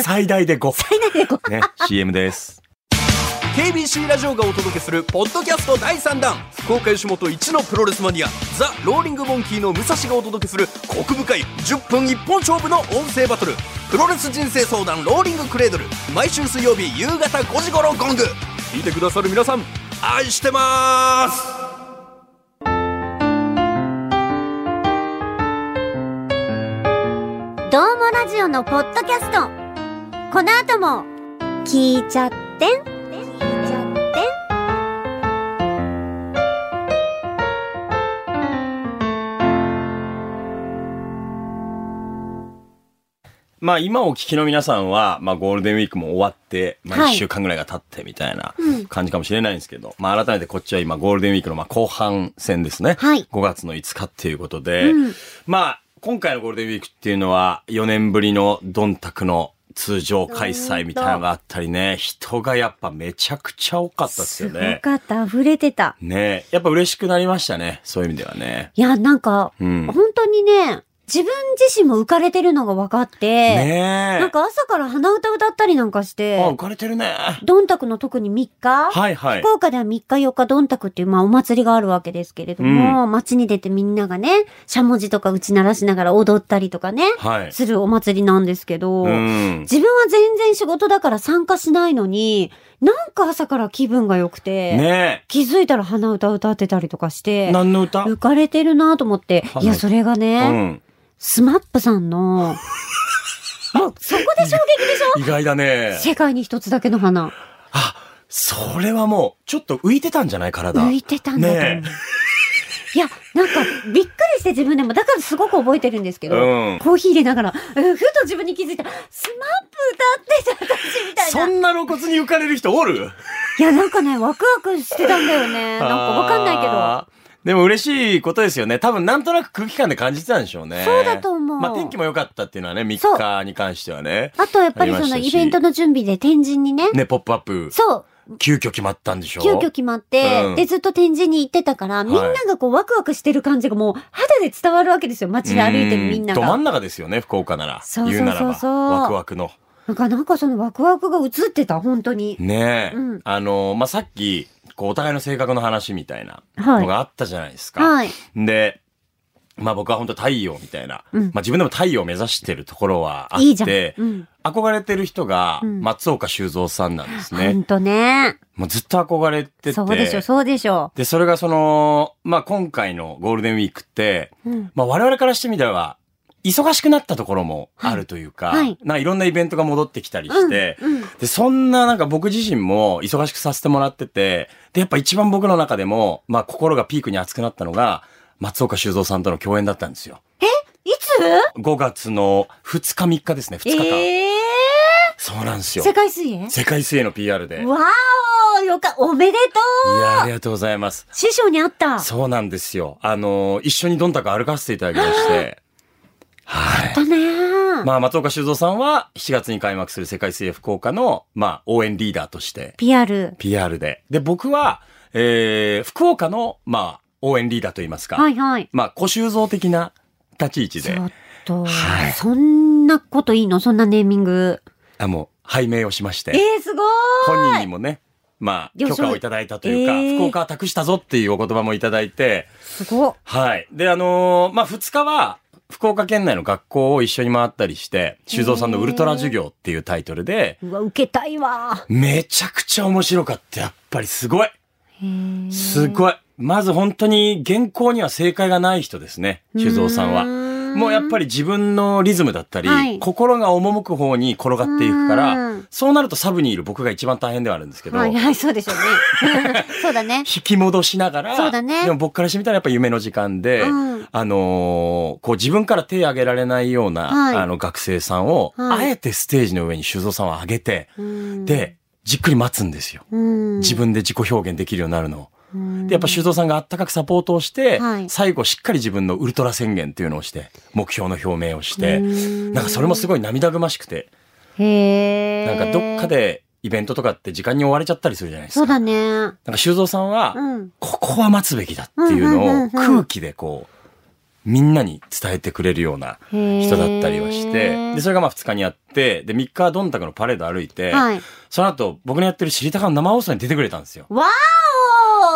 [SPEAKER 3] 最大で5。
[SPEAKER 4] 最大で 5?
[SPEAKER 3] ね、CM です。
[SPEAKER 5] KBC ラジオがお届けするポッドキャスト第3弾福岡吉本一のプロレスマニアザ・ローリングモンキーの武蔵がお届けするコク深い10分一本勝負の音声バトルプロレス人生相談ローリングクレードル毎週水曜日夕方5時頃ゴング聞いてくださる皆さん愛してます
[SPEAKER 4] どうもラジオのポッドキャスト。この後も、聞いちゃってん。聞いちゃってん。
[SPEAKER 3] まあ今お聞きの皆さんは、まあゴールデンウィークも終わって、まあ
[SPEAKER 4] はい
[SPEAKER 3] 1週間ぐらいが経ってみたいな
[SPEAKER 4] うん
[SPEAKER 3] 感じかもしれないんですけど、まあ改めてこっちは今ゴールデンウィークのまあ後半戦ですね。
[SPEAKER 4] はい
[SPEAKER 3] 5月の5日っていうことで、
[SPEAKER 4] うん
[SPEAKER 3] まあ今回のゴールデンウィークっていうのは4年ぶりのドンタクの通常開催みたいなのがあったりね、人がやっぱめちゃくちゃ多かったです
[SPEAKER 4] す
[SPEAKER 3] よ
[SPEAKER 4] ご
[SPEAKER 3] ね。
[SPEAKER 4] かった、溢れてた。
[SPEAKER 3] ねえ。やっぱ嬉しくなりましたね。そういう意味ではね。
[SPEAKER 4] いや、なんか、
[SPEAKER 3] うん。
[SPEAKER 4] 本当にね、自分自身も浮かれてるのが分かって、
[SPEAKER 3] ねえ。
[SPEAKER 4] なんか朝から鼻歌歌ったりなんかし
[SPEAKER 3] あ、
[SPEAKER 4] て、
[SPEAKER 3] 浮かれてるね。
[SPEAKER 4] ドンタクの特に3日、
[SPEAKER 3] はいはい
[SPEAKER 4] 福。岡では3日4日ドンタクっていう、まあ、お祭りがあるわけですけれども、街に出てみんながね、しゃもじとか打ち鳴らしながら踊ったりとかね、
[SPEAKER 3] はい。
[SPEAKER 4] するお祭りなんですけど、
[SPEAKER 3] うん。
[SPEAKER 4] 自分は全然仕事だから参加しないのに、なんか朝から気分が良くて、
[SPEAKER 3] ね
[SPEAKER 4] 気づいたら鼻歌歌ってたりとかし
[SPEAKER 3] え。
[SPEAKER 4] て、
[SPEAKER 3] 何の歌
[SPEAKER 4] 浮かれてるなと思って、いや、それが
[SPEAKER 3] う
[SPEAKER 4] ね、
[SPEAKER 3] ん。
[SPEAKER 4] スマップさん の、もうそこで衝撃でしょ
[SPEAKER 3] 意外だ ね。
[SPEAKER 4] 世界に一つだけの花。
[SPEAKER 3] あ、それはもう、ちょっと浮いてたんじゃない体。
[SPEAKER 4] 浮いてたんだと思う。
[SPEAKER 3] ね
[SPEAKER 4] いや、なんか、びっくりして自分でも、だからすごく覚えてるんですけど、
[SPEAKER 3] うん
[SPEAKER 4] コーヒー入れながら、うんふと自分に気づいた、スマップ歌ってた私みたい
[SPEAKER 3] そ
[SPEAKER 4] な。
[SPEAKER 3] んな露骨に浮かれる人おる
[SPEAKER 4] いや、なんかね、ワクワクしてたんだよ ね。なんかわかんないけど。
[SPEAKER 3] あーでも嬉しいことですよね。多分なんとなく空気感で感じてたんでしょうね。
[SPEAKER 4] そうだと思う
[SPEAKER 3] まあ天気も良かったっていうのはね、3
[SPEAKER 4] そう
[SPEAKER 3] 日に関してはね。
[SPEAKER 4] あとやっぱりそのイベントの準備で天神にね、
[SPEAKER 3] ね、ポップアップ、
[SPEAKER 4] そう、
[SPEAKER 3] 急遽決まったんでしょ
[SPEAKER 4] 急遽決まって、
[SPEAKER 3] うん
[SPEAKER 4] で、ずっと展示に行ってたから、みんながこう、ワクワクしてる感じがもう、肌で伝わるわけですよ。街で歩いてるみんな
[SPEAKER 3] うど真
[SPEAKER 4] が。
[SPEAKER 3] ん中ですよね、福岡なら。
[SPEAKER 4] そうそうそうそう
[SPEAKER 3] 言うならば。ワクワクの。
[SPEAKER 4] なんか、なんかそのワクワクが映ってた、本当に。
[SPEAKER 3] ねえ。
[SPEAKER 4] うん
[SPEAKER 3] あのまあ、さっき、こう、お互いの性格の話みたいな
[SPEAKER 4] はい
[SPEAKER 3] のがあったじゃないですか。
[SPEAKER 4] はい。
[SPEAKER 3] で、まあ僕は本当太陽みたいな、まあ自分でも太陽を目指してるところはあって、
[SPEAKER 4] いいじゃんうん
[SPEAKER 3] 憧れてる人が
[SPEAKER 4] ん
[SPEAKER 3] 松岡修造さんなんです
[SPEAKER 4] ほん
[SPEAKER 3] ね。
[SPEAKER 4] とね。
[SPEAKER 3] もうずっと憧れてて。
[SPEAKER 4] そうでしょ、そうでしょ。
[SPEAKER 3] で、それがその、まあ今回のゴールデンウィークって、
[SPEAKER 4] うん
[SPEAKER 3] まあ我々からしてみれば、忙しくなったところもあるというか、
[SPEAKER 4] はいはい
[SPEAKER 3] なんかいろんなイベントが戻ってきたりして、
[SPEAKER 4] うんうん
[SPEAKER 3] で、そんななんか僕自身も忙しくさせてもらってて、で、やっぱ一番僕の中でも、まあ心がピークに熱くなったのが、松岡修造さんとの共演だったんですよ。
[SPEAKER 4] いつ
[SPEAKER 3] 5月の2日3日ですね、2日間。
[SPEAKER 4] ええ
[SPEAKER 3] そうなんです
[SPEAKER 4] ー、
[SPEAKER 3] よ
[SPEAKER 4] 世。界水泳
[SPEAKER 3] 世界水泳の PR で。い
[SPEAKER 4] わーおよか、おめでとう
[SPEAKER 3] や、ありがとうございます。
[SPEAKER 4] 師匠に会った。だ
[SPEAKER 3] そうなんですよ。あの、一緒にどんたく歩かせていただきまして、はい。
[SPEAKER 4] ねー。
[SPEAKER 3] まあ、松岡修造さんは7月に開幕する世界水泳福岡の、まあ、応援リーダーとして、
[SPEAKER 4] PR。
[SPEAKER 3] PR で。で、僕は、えー、福岡の、まあ、応援リーダーといいますか、
[SPEAKER 4] はいはい。
[SPEAKER 3] まあ、小修造的な立ち位置
[SPEAKER 4] ち
[SPEAKER 3] で
[SPEAKER 4] ょ、っと、
[SPEAKER 3] はい
[SPEAKER 4] そんなこといいのそんなネーミング。
[SPEAKER 3] あ、もう、拝命をしまして。
[SPEAKER 4] えー、すごーい
[SPEAKER 3] 本人にもね、まあ、
[SPEAKER 4] 了
[SPEAKER 3] 許
[SPEAKER 4] 承
[SPEAKER 3] 可をいただいたというか、
[SPEAKER 4] えー
[SPEAKER 3] 福岡は託したぞっていうお言葉もいただいて、
[SPEAKER 4] すごっ
[SPEAKER 3] はい。で、あのーまあ、2日は、福岡県内の学校を一緒に回ったりして、修造さんのウルトラ授業っていうタイトルで、
[SPEAKER 4] うわ、受けたいわ
[SPEAKER 3] めちゃくちゃ面白かった。やっぱりすごい
[SPEAKER 4] ー。
[SPEAKER 3] すごい。まず本当に原稿には正解がない人ですね、修造さんは。もうやっぱり自分のリズムだったり、
[SPEAKER 4] はい
[SPEAKER 3] 心が赴く方に転がっていくか
[SPEAKER 4] う
[SPEAKER 3] ら
[SPEAKER 4] ん、
[SPEAKER 3] そうなるとサブにいる僕が一番大変ではあるんですけど、
[SPEAKER 4] はいはい、そうでしょうね。 そうだね。
[SPEAKER 3] 引き戻しながら、
[SPEAKER 4] そうだね
[SPEAKER 3] でも僕からしてみたらやっぱ夢の時間で、
[SPEAKER 4] うん
[SPEAKER 3] あのーこう自分から手挙げられないような、
[SPEAKER 4] はい
[SPEAKER 3] あの学生さんを、
[SPEAKER 4] はい
[SPEAKER 3] あえてステージの上に修造さんを上げて、
[SPEAKER 4] うん、
[SPEAKER 3] で、じっくり待つんですよ。
[SPEAKER 4] うん、
[SPEAKER 3] 自分で自己表現できるようになるのを。
[SPEAKER 4] うん
[SPEAKER 3] で、やっぱ修造さんがあったかくサポートをして、
[SPEAKER 4] はい
[SPEAKER 3] 最後しっかり自分のウルトラ宣言っていうのをして、目標の表明をして、
[SPEAKER 4] うん
[SPEAKER 3] なんかそれもすごい涙ぐましくて、
[SPEAKER 4] へえ。
[SPEAKER 3] なんかどっか。でイベントとかって時間に追われちゃったりするじゃないです
[SPEAKER 4] そう
[SPEAKER 3] か。
[SPEAKER 4] だね。
[SPEAKER 3] なんか修造さんは、
[SPEAKER 4] うん。
[SPEAKER 3] ここは待つべきだっていう
[SPEAKER 4] うんうんう
[SPEAKER 3] の
[SPEAKER 4] んうん
[SPEAKER 3] を空気でこう、みんなに伝えてくれるような人だったりはし
[SPEAKER 4] へ
[SPEAKER 3] て、
[SPEAKER 4] ー
[SPEAKER 3] で、それがまあ2日にあって、で、3日はどんたくのパレード歩いて、
[SPEAKER 4] はい。
[SPEAKER 3] その後僕のやってる知りたかの生放送に出てくれたんですよ。
[SPEAKER 4] わ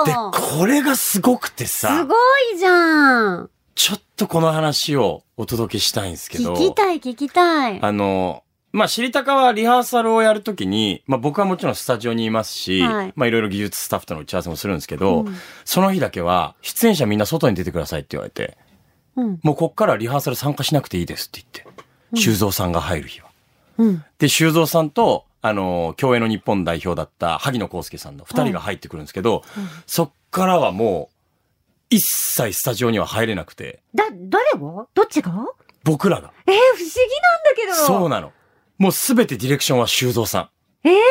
[SPEAKER 3] で、
[SPEAKER 4] お
[SPEAKER 3] これがすごくて
[SPEAKER 4] す
[SPEAKER 3] さ、
[SPEAKER 4] ごいじゃん
[SPEAKER 3] ちょっとこの話をお届けしたいんですけど、
[SPEAKER 4] 聞きたい聞きたい。
[SPEAKER 3] あの、まあ、知りたかはリハーサルをやるときに、まあ、僕はもちろんスタジオにいますし、
[SPEAKER 4] はい
[SPEAKER 3] まあ、いろいろ技術スタッフとの打ち合わせもするんですけど、
[SPEAKER 4] うん
[SPEAKER 3] その日だけは、出演者みんな外に出てくださいって言われて、
[SPEAKER 4] うん。
[SPEAKER 3] もうこっからリハーサル参加しなくていいですって言って、修造さんが入る日は。
[SPEAKER 4] うん。
[SPEAKER 3] で、修造さんと、あの、競泳の日本代表だった萩野公介さんの二人が入ってくるんですけど、そっからはもう、一切スタジオには入れなくて、
[SPEAKER 4] だ、誰がどっちが
[SPEAKER 3] 僕らが。
[SPEAKER 4] えー、不思議なんだけど。
[SPEAKER 3] そうなの。もうすべてディレクションは修造さん。
[SPEAKER 4] ええ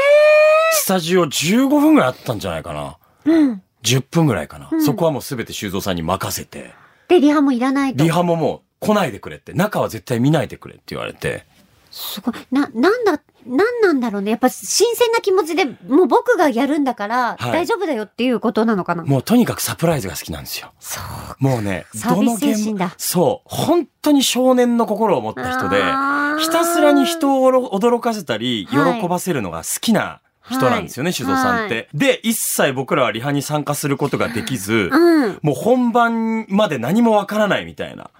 [SPEAKER 3] スタジオ15分ぐらいあったんじゃないかな。
[SPEAKER 4] うん。
[SPEAKER 3] 10分ぐらいかな。
[SPEAKER 4] うん
[SPEAKER 3] そこはもうすべて修造さんに任せて、
[SPEAKER 4] で、リハもいらないと。
[SPEAKER 3] リハももう来ないでくれって、中は絶対見ないでくれって言われて、
[SPEAKER 4] すごい。な、なんだ、なんなんだろうね。やっぱ新鮮な気持ちで、もう僕がやるんだから、
[SPEAKER 3] はい
[SPEAKER 4] 大丈夫だよっていうことなのかな。
[SPEAKER 3] もうとにかくサプライズが好きなんですよ。
[SPEAKER 4] そう。
[SPEAKER 3] もうね、
[SPEAKER 4] サービス精神だ
[SPEAKER 3] 現場そう、本当に少年の心を持った人で、
[SPEAKER 4] あー
[SPEAKER 3] ひたすらに人を驚かせたり、
[SPEAKER 4] はい
[SPEAKER 3] 喜ばせるのが好きな人なんですよね、
[SPEAKER 4] はい
[SPEAKER 3] 修造さんって、
[SPEAKER 4] は
[SPEAKER 3] で、一切僕らはリハに参加することができず、
[SPEAKER 4] うん。
[SPEAKER 3] もう本番まで何もわからないみたいな。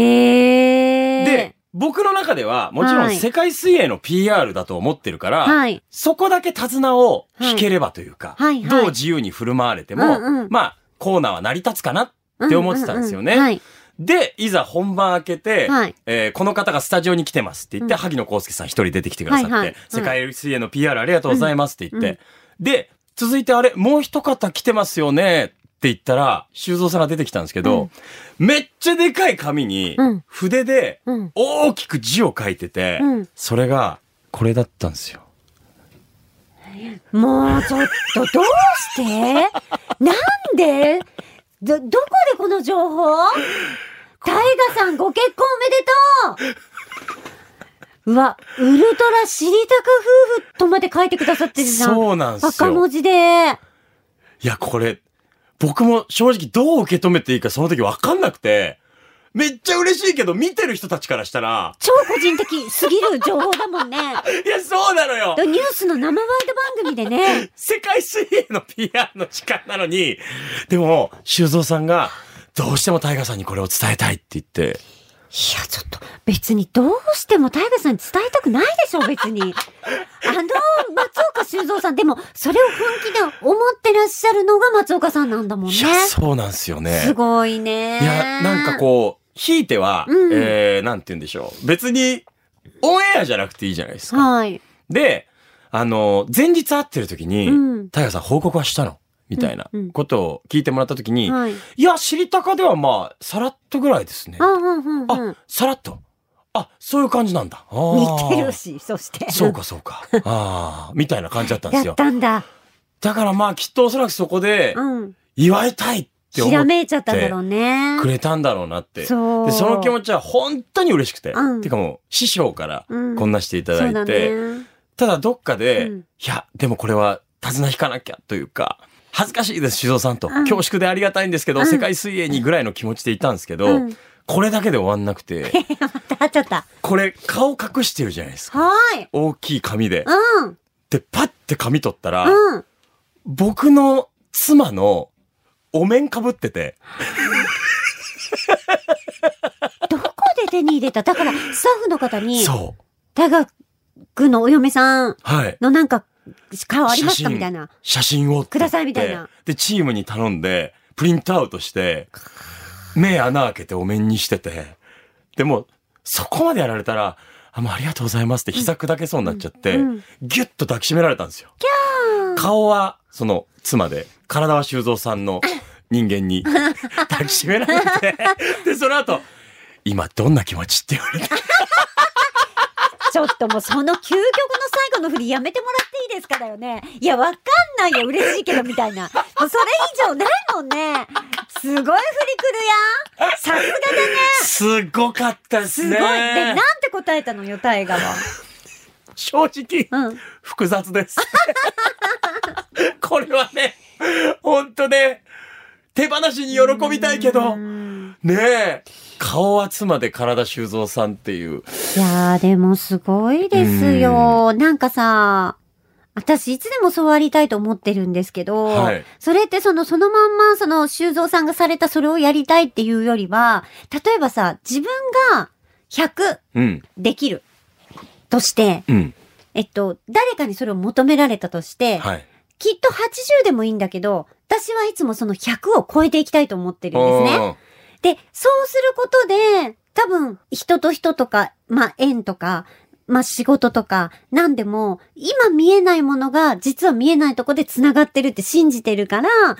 [SPEAKER 4] ええ
[SPEAKER 3] で、、僕の中では、もちろ
[SPEAKER 4] は
[SPEAKER 3] ん
[SPEAKER 4] い
[SPEAKER 3] 世界水泳の PR だと思ってるから、
[SPEAKER 4] はい。
[SPEAKER 3] そこだけ手綱を引ければというか、
[SPEAKER 4] はいはいはい
[SPEAKER 3] どう自由に振る舞われても、
[SPEAKER 4] うんうん
[SPEAKER 3] まあ、コーナーは成り立つかなって思ってたんですよね。
[SPEAKER 4] ううはい。
[SPEAKER 3] で、いざ本番開けて、
[SPEAKER 4] はい
[SPEAKER 3] えーこの方がスタジオに来てますって言って、
[SPEAKER 4] うん
[SPEAKER 3] 萩野公介さん一人出てきてくださって、
[SPEAKER 4] はいはい
[SPEAKER 3] 世界水泳の PR ありがとうございますって言って、
[SPEAKER 4] うん
[SPEAKER 3] で、続いてあれ、もう一方来てますよねって言ったら、修造さんが出てきたんですけど、めっちゃでかい紙に
[SPEAKER 4] うん、
[SPEAKER 3] 筆で
[SPEAKER 4] うん
[SPEAKER 3] 大きく字を書いてて、
[SPEAKER 4] うん
[SPEAKER 3] それがこれだったんですよ。
[SPEAKER 4] もうちょっと、どうして なんでど、どこでこの情報タイガさんご結婚おめでとううわ、ウルトラ知りたく夫婦とまで書いてくださってるじゃん。
[SPEAKER 3] そうなんです
[SPEAKER 4] 赤文
[SPEAKER 3] よ。
[SPEAKER 4] 字で。
[SPEAKER 3] いや、これ、僕も正直どう受け止めていいかその時わかんなくて、めっちゃ嬉しいけど、見てる人たちからしたら、
[SPEAKER 4] 超個人的すぎる情報だもんね。
[SPEAKER 3] いや、そうなのよ
[SPEAKER 4] ニュースの生ワイド番組で ね。
[SPEAKER 3] 世界水泳の PR の時間なのに、でも、修造さんが、どうしてもタイガーさんにこれを伝えたいって言って、
[SPEAKER 4] いや、ちょっと、別にどうしてもタイガさんに伝えたくないでしょ、別に。あの、松岡修造さん、でも、それを本気で思ってらっしゃるのが松岡さんなんだもんね。
[SPEAKER 3] いや、そうなんですよね。
[SPEAKER 4] すごいね。
[SPEAKER 3] いや、なんかこう、ひいては、
[SPEAKER 4] うん
[SPEAKER 3] えー、なんて言うんでしょう。別に、オンエアじゃなくていいじゃないですか。
[SPEAKER 4] はい。
[SPEAKER 3] で、あの、前日会ってる時に、
[SPEAKER 4] うん
[SPEAKER 3] タイガーさん報告はしたのみたいな
[SPEAKER 4] うんうん
[SPEAKER 3] ことを聞いてもらった時に、
[SPEAKER 4] はい。
[SPEAKER 3] いや、知りたかではまあ、さらっとぐらいですね。
[SPEAKER 4] あ、うん、うん、うん
[SPEAKER 3] あ。、さらっと。あ、そういう感じなんだ。あー
[SPEAKER 4] 似てるし、そして。
[SPEAKER 3] そうか、そう か。ああ、みたいな感じだったんです
[SPEAKER 4] やっ
[SPEAKER 3] よ。
[SPEAKER 4] たんだ。
[SPEAKER 3] だからまあ、きっとおそらくそこで、
[SPEAKER 4] うん。
[SPEAKER 3] 祝いたいって
[SPEAKER 4] ひ
[SPEAKER 3] 思
[SPEAKER 4] ら
[SPEAKER 3] って
[SPEAKER 4] めいちゃったんだろうね。
[SPEAKER 3] くれたんだろうなって。で、
[SPEAKER 4] そう。
[SPEAKER 3] その気持ちは本当に嬉しくて。
[SPEAKER 4] うん
[SPEAKER 3] てかもう、師匠から
[SPEAKER 4] うん
[SPEAKER 3] こんなしていただ
[SPEAKER 4] そうだ
[SPEAKER 3] いて、
[SPEAKER 4] ね。
[SPEAKER 3] ただどっかで、
[SPEAKER 4] うん
[SPEAKER 3] いや、でもこれは手綱引かなきゃというか、恥ずかしいです、修造さんと。
[SPEAKER 4] うん
[SPEAKER 3] 恐縮でありがたいんですけど、
[SPEAKER 4] うん
[SPEAKER 3] 世界水泳にぐらいの気持ちでいたんですけど、
[SPEAKER 4] うん
[SPEAKER 3] これだけで終わんなく て、
[SPEAKER 4] あっちゃった。
[SPEAKER 3] これ顔隠してるじゃないですか。
[SPEAKER 4] はーい。
[SPEAKER 3] 大きい紙で。
[SPEAKER 4] うん。
[SPEAKER 3] で、パッて紙取ったら、
[SPEAKER 4] うん。
[SPEAKER 3] 僕の妻のお面かぶってて、
[SPEAKER 4] どこで手に入れただから、スタッフの方に、
[SPEAKER 3] そう。
[SPEAKER 4] 大学のお嫁さん
[SPEAKER 3] はい。
[SPEAKER 4] のなんか、顔ありますかみたいな。
[SPEAKER 3] 写真を
[SPEAKER 4] くださいみたいな。
[SPEAKER 3] で、チームに頼んで、プリントアウトして、目穴開けてお面にしてて、でも、そこまでやられたら、あ、もうありがとうございますって膝砕けそうになっちゃって、
[SPEAKER 4] うんうん
[SPEAKER 3] ギュッと抱きしめられたんですよ。顔は、その、妻で、体は修造さんの人間に抱きしめられ て、で、その後、今どんな気持ちって言われて、
[SPEAKER 4] ちょっともうその究極の最後の振りやめてもらっていいですかだよね。いや、わかんないよ。嬉しいけど、みたいな。もうそれ以上ないもんね。すごい振りくるやん。さすがだね。
[SPEAKER 3] すごかったですす
[SPEAKER 4] ごい。
[SPEAKER 3] ね。
[SPEAKER 4] で、なんて答えたのよ、大河は。
[SPEAKER 3] 正直、
[SPEAKER 4] うん。
[SPEAKER 3] 複雑です。これはね、本当ね、手放しに喜びたいけど、
[SPEAKER 4] うん
[SPEAKER 3] ねえ、顔は妻で体修造さんっていう。
[SPEAKER 4] いやー、でもすごいですよ。なんかさ、私いつでもそうありたいと思ってるんですけど、
[SPEAKER 3] はい
[SPEAKER 4] それってその、そのまんま、その、修造さんがされたそれをやりたいっていうよりは、例えばさ、自分が100
[SPEAKER 3] うん、
[SPEAKER 4] できるとして、
[SPEAKER 3] うん、
[SPEAKER 4] えっと、誰かにそれを求められたとして、
[SPEAKER 3] はい。
[SPEAKER 4] きっと80でもいいんだけど、私はいつもその100を超えていきたいと思ってるんですね。で、そうすることで、多分、人と人とか、まあ、縁とか、まあ、仕事とか、何でも、今見えないものが、実は見えないとこで繋がってるって信じてるから、頑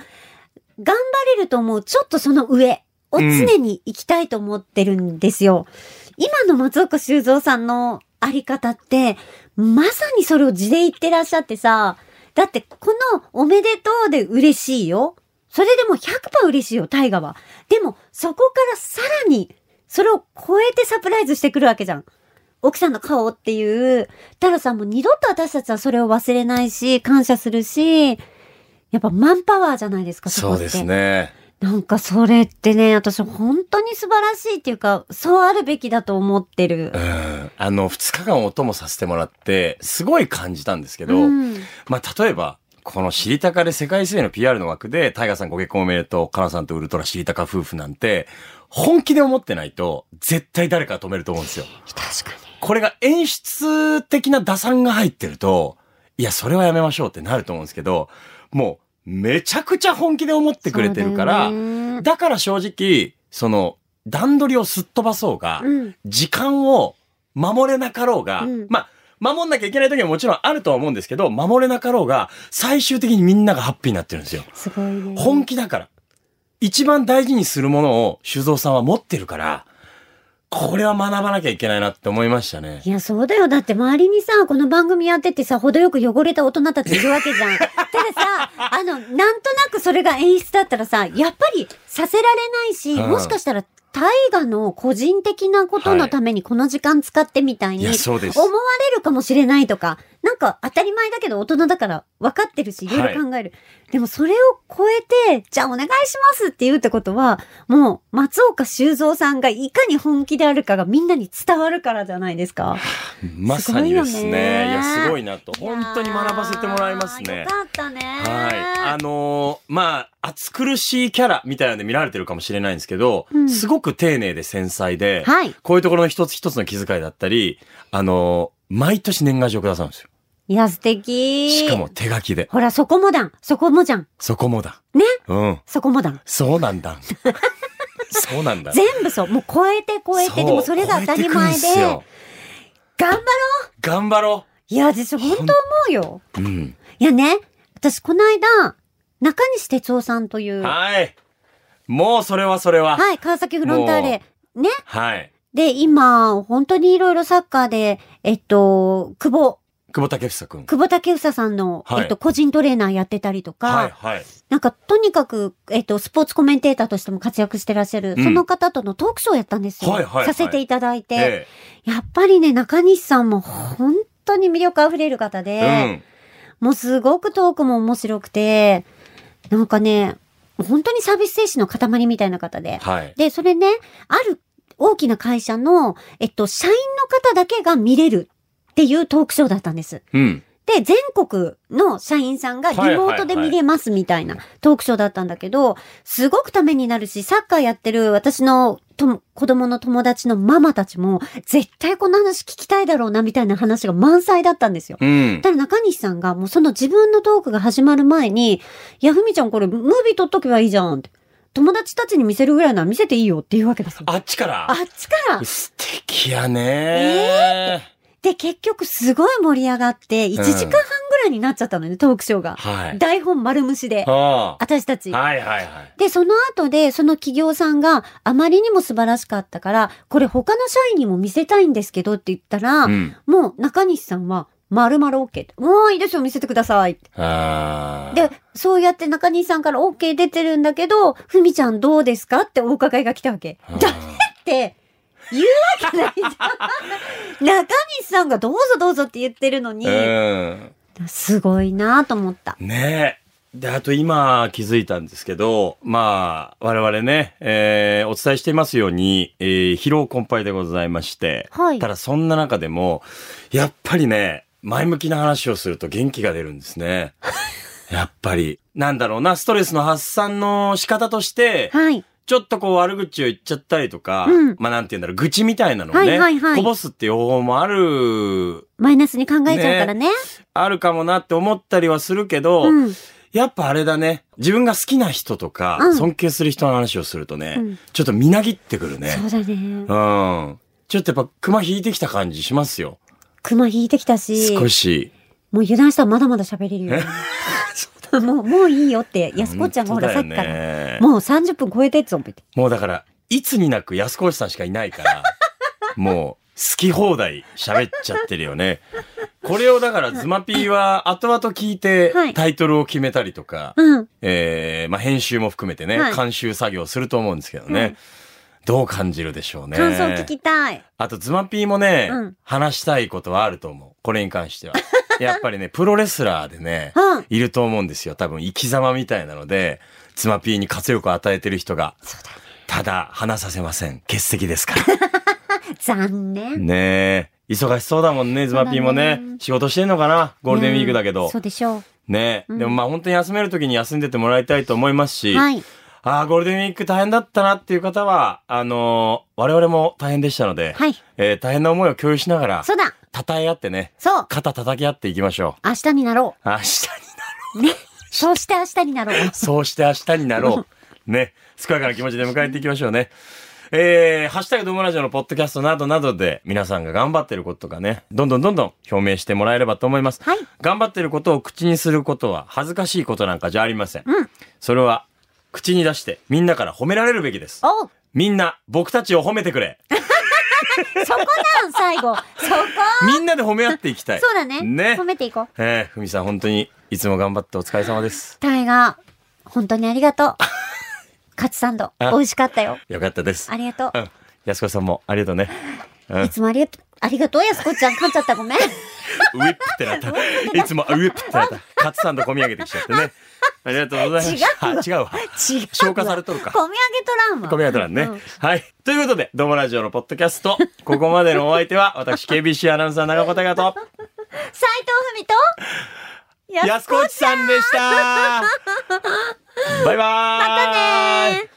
[SPEAKER 4] 張れると思う、ちょっとその上を常に行きたいと思ってるんですよ。今の松岡修造さんのあり方って、まさにそれを地で言ってらっしゃってさ、だって、このおめでとうで嬉しいよ。それでも100%嬉しいよ、大河は。でも、そこからさらに、それを超えてサプライズしてくるわけじゃん。奥さんの顔っていう。太郎さんも二度と私たちはそれを忘れないし、感謝するし、やっぱマンパワーじゃないですか、こ
[SPEAKER 3] そ
[SPEAKER 4] っ
[SPEAKER 3] う
[SPEAKER 4] て
[SPEAKER 3] ですね。
[SPEAKER 4] なんかそれってね、私本当に素晴らしいっていうか、そうあるべきだと思ってる
[SPEAKER 3] う。ん。あの、二日間お供させてもらって、すごい感じたんですけど、
[SPEAKER 4] うん。
[SPEAKER 3] まあ、例えば、この知りたかで世界水泳の PR の枠で、タイガーさんご結婚おめでとう、カナさんとウルトラ知りたか夫婦なんて、本気で思ってないと、絶対誰か止めると思うんですよ。
[SPEAKER 4] 確かに。
[SPEAKER 3] これが演出的な打算が入ってると、いや、それはやめましょうってなると思うんですけど、もう、めちゃくちゃ本気で思ってくれてるから、
[SPEAKER 4] そうだ
[SPEAKER 3] だ
[SPEAKER 4] よね
[SPEAKER 3] から正直、その、段取りをすっ飛ばそうが、
[SPEAKER 4] うん。
[SPEAKER 3] 時間を守れなかろうが、
[SPEAKER 4] うん
[SPEAKER 3] まあ、守んなきゃいけない時ももちろんあるとは思うんですけど、守れなかろうが、最終的にみんながハッピーになってるんですよ。
[SPEAKER 4] すごいね。
[SPEAKER 3] 本気だから。一番大事にするものを修造さんは持ってるから、これは学ばなきゃいけないなって思いましたね。
[SPEAKER 4] いや、そうだよ。だって周りにさ、この番組やっててさ、程よく汚れた大人たちいるわけ じゃん。たださ、あの、なんとなくそれが演出だったらさ、やっぱりさせられないし、
[SPEAKER 3] うん
[SPEAKER 4] もしかしたら、大河の個人的なことのためにこの時間使ってみたいに、
[SPEAKER 3] いやそうです
[SPEAKER 4] 思われるかもしれないとか、なんか当たり前だけど大人だから分かってるし、いろいろ考える。でもそれを超えて、じゃあお願いしますって言うってことは、もう松岡修造さんがいかに本気であるかがみんなに伝わるからじゃないですか。
[SPEAKER 3] まさにです
[SPEAKER 4] す
[SPEAKER 3] ね。
[SPEAKER 4] ご
[SPEAKER 3] い
[SPEAKER 4] いよね
[SPEAKER 3] や、すごいなと。 本当に学ばせてもらいます
[SPEAKER 4] いやー
[SPEAKER 3] ね
[SPEAKER 4] よ。かったね。
[SPEAKER 3] はい。あのーまあ、暑苦しいキャラみたいなんで見られてるかもしれないんですけど、
[SPEAKER 4] うん
[SPEAKER 3] すごく丁寧で繊細で、
[SPEAKER 4] はい
[SPEAKER 3] こういうところの一つ一つの気遣いだったり、あのー毎年年賀状くださるんですよ。
[SPEAKER 4] いや、素敵。
[SPEAKER 3] しかも。手書きで。
[SPEAKER 4] ほら、そこもだん。そこもじゃん。
[SPEAKER 3] そこもだ。
[SPEAKER 4] ね。
[SPEAKER 3] うん。
[SPEAKER 4] そこもだん。
[SPEAKER 3] そうなん だ。そうなんだ。
[SPEAKER 4] 全部そう。もう超えて超えて、でもそれが当たり前で
[SPEAKER 3] 超えてくん。すよ
[SPEAKER 4] 頑張ろ
[SPEAKER 3] 頑張ろ
[SPEAKER 4] ういや、私本当思うよ。
[SPEAKER 3] う。うん。
[SPEAKER 4] いやね、私この間、中西哲夫さんという、は
[SPEAKER 3] はい。もうそれはそれは。
[SPEAKER 4] い、川崎フロンターレ、ね。
[SPEAKER 3] はい。
[SPEAKER 4] で、今、本当にいろいろサッカーで、えっと、久保、
[SPEAKER 3] 久保建英君。
[SPEAKER 4] 久保建英さんの、
[SPEAKER 3] はい
[SPEAKER 4] えっと、個人トレーナーやってたりとか、
[SPEAKER 3] はい、はい。
[SPEAKER 4] なんか、とにかく、えっと、スポーツコメンテーターとしても活躍してらっしゃる、
[SPEAKER 3] うん
[SPEAKER 4] その方とのトークショーやったんですよ。
[SPEAKER 3] はいはいはい
[SPEAKER 4] させていただいて、
[SPEAKER 3] え
[SPEAKER 4] やっぱりね、中西さんも本当に魅力あふれる方
[SPEAKER 3] え
[SPEAKER 4] で、もうすごくトークも面白くて、なんかね、本当にサービス精神の塊みたいな方で
[SPEAKER 3] うん。。はい。
[SPEAKER 4] で、それね、ある大きな会社の、えっと、社員の方だけが見れるっていうトークショーだったんです。
[SPEAKER 3] うん。
[SPEAKER 4] で、全国の社員さんがリモートで見れますみたいなトークショーだったんだけど、すごくためになるし、サッカーやってる私のとも子供の友達のママたちも、絶対この話聞きたいだろうなみたいな話が満載だったんですよ。
[SPEAKER 3] うん。
[SPEAKER 4] ただ中西さんがもうその自分のトークが始まる前に、いや、ふみちゃんこれムービー撮っとけばいいじゃんって。友達たちに見せるぐらいなら見せていいよっていうわけですよ。
[SPEAKER 3] あっちから
[SPEAKER 4] あっちから。
[SPEAKER 3] 素敵やねー
[SPEAKER 4] で、結局すごい盛り上がって、1時間半ぐらいになっちゃったのね、トークショーが。
[SPEAKER 3] はい。
[SPEAKER 4] 台本丸虫で。
[SPEAKER 3] あ
[SPEAKER 4] 私たち
[SPEAKER 3] あ。。はいはいはい。
[SPEAKER 4] で、その後で、その企業さんがあまりにも素晴らしかったから、これ他の社員にも見せたいんですけどって言ったら、
[SPEAKER 3] うん。
[SPEAKER 4] もう中西さんは、まるまる OK って。もういいですよ、見せてくださいって。
[SPEAKER 3] ああ。
[SPEAKER 4] で、そうやって中西さんから OK 出てるんだけど、ふみちゃんどうですかってお伺いが来たわけ。
[SPEAKER 3] あー
[SPEAKER 4] だって、言うわけないじゃん。 中西さんがどうぞどうぞって言ってるのに、
[SPEAKER 3] うん。
[SPEAKER 4] すごいなと思った。
[SPEAKER 3] ねえ。で、あと今気づいたんですけど、まあ、我々ね、えーお伝えしていますように、えー疲労困憊でございまして、
[SPEAKER 4] はい
[SPEAKER 3] ただそんな中でも、やっぱりね、前向きな話をすると元気が出るんです ね。やっぱり、なんだろうな、ストレスの発散の仕方として、
[SPEAKER 4] はい。
[SPEAKER 3] ちょっとこう悪口を言っちゃったりとか、
[SPEAKER 4] うん
[SPEAKER 3] まあなんて言うんだろう、愚痴みたいなのをね、
[SPEAKER 4] はいはいはい
[SPEAKER 3] こぼすっていう方法もある、
[SPEAKER 4] マイナスに考えちゃうからね。
[SPEAKER 3] あるかもなって思ったりはするけど、
[SPEAKER 4] うん。
[SPEAKER 3] やっぱあれだね。自分が好きな人とか、
[SPEAKER 4] うん
[SPEAKER 3] 尊敬する人の話をするとね、
[SPEAKER 4] うん
[SPEAKER 3] ちょっとみなぎってくるね。
[SPEAKER 4] そうだね
[SPEAKER 3] う。ん。ちょっとやっぱ熊引いてきた感じしますよ。
[SPEAKER 4] 熊引いてきたし、
[SPEAKER 3] 少し。
[SPEAKER 4] もう油断したらまだまだ喋れる よ、ね。もう、もういいよって、安子ちゃんがほら、さっ
[SPEAKER 3] 本当
[SPEAKER 4] きか
[SPEAKER 3] だよ
[SPEAKER 4] ら。
[SPEAKER 3] ね
[SPEAKER 4] もう30分超えてっぞ、みたいな
[SPEAKER 3] もうだから、いつになく安越さんしかいない から、もう好き放題喋っちゃってるよね。これをだからズマピーは後々聞いて
[SPEAKER 4] はい
[SPEAKER 3] タイトルを決めたりとか、
[SPEAKER 4] うん。
[SPEAKER 3] えーまあ編集も含めてね、
[SPEAKER 4] はい
[SPEAKER 3] 監修作業すると思うんですけどね。どう感じるでしょうね。
[SPEAKER 4] 感想聞きたい。
[SPEAKER 3] あと、ズマピーもね、
[SPEAKER 4] うん
[SPEAKER 3] 話したいことはあると思う。これに関 しては。やっぱりね、プロレスラーでね、
[SPEAKER 4] うん
[SPEAKER 3] いると思うんですよ。多分、生き様みたいなので、ズマピーに活力を与えてる人が。ただ、話させません。欠席です から。
[SPEAKER 4] 残念。
[SPEAKER 3] ねえ。忙しそうだもんね、ズマピーもね
[SPEAKER 4] そうだね。
[SPEAKER 3] 仕事してんのかなゴールデンウィークだけ
[SPEAKER 4] うん
[SPEAKER 3] ど
[SPEAKER 4] そ。うでしょ
[SPEAKER 3] ねえ。でもまあ本当に休める時に休んでてもらいたいと思います
[SPEAKER 4] う。
[SPEAKER 3] し、
[SPEAKER 4] はい。
[SPEAKER 3] ああ、ゴールデンウィーク大変だったなっていう方は、あのー我々も大変でしたので、
[SPEAKER 4] はい
[SPEAKER 3] えー大変な思いを共有しながら、
[SPEAKER 4] そうだ
[SPEAKER 3] 叩え合ってね、
[SPEAKER 4] そう
[SPEAKER 3] 肩叩き合っていきましょ
[SPEAKER 4] 明日になろ
[SPEAKER 3] う。明日に、
[SPEAKER 4] う。ね。そうして明日になろ う。
[SPEAKER 3] そうして明日になろう。ね、健やかな気持ちで迎えていきましょうね。えー、ハッシュタグドームラジオのポッドキャストなどなどで皆さんが頑張ってることとかね、どんどんどんどん表明してもらえればと思います。
[SPEAKER 4] はい
[SPEAKER 3] 頑張ってることを口にすることは恥ずかしいことなんかじゃありません。それは口に出してみんなから褒められるべきです。
[SPEAKER 4] おう
[SPEAKER 3] みんな、僕たちを褒めてくれ。
[SPEAKER 4] そこなん、最後。そこ
[SPEAKER 3] みんなで褒め合っていきたい。
[SPEAKER 4] そうだね。
[SPEAKER 3] ね。
[SPEAKER 4] 褒めていこう。
[SPEAKER 3] えー、ふみさん、本当に、いつも頑張ってお疲れ様です。
[SPEAKER 4] タイガー、本当にあり がとう。カツサンド、美味しかったよ。
[SPEAKER 3] よかったです。
[SPEAKER 4] ありがと
[SPEAKER 3] うん。安子さんも、ありがとうね。
[SPEAKER 4] う。いつもありがとありがとう、やすこちゃん。噛んじゃった。ごめん。
[SPEAKER 3] ウィップってなった。いつもウィップってなった。カツさんと込み上げてきちゃってね。ありがとうございました。
[SPEAKER 4] 違
[SPEAKER 3] あ違うわ。
[SPEAKER 4] 違う。
[SPEAKER 3] 消化されとるか
[SPEAKER 4] 込み上げとらんわ。
[SPEAKER 3] 込み上げたらね、
[SPEAKER 4] うん
[SPEAKER 3] はい。ということで、ドームラジオのポッドキャスト、ここまでのお相手は、私、KBC アナウンサー長岡大和と、
[SPEAKER 4] 斉藤文と、や
[SPEAKER 3] 安子内さんでしたバイバーイまた
[SPEAKER 4] ねー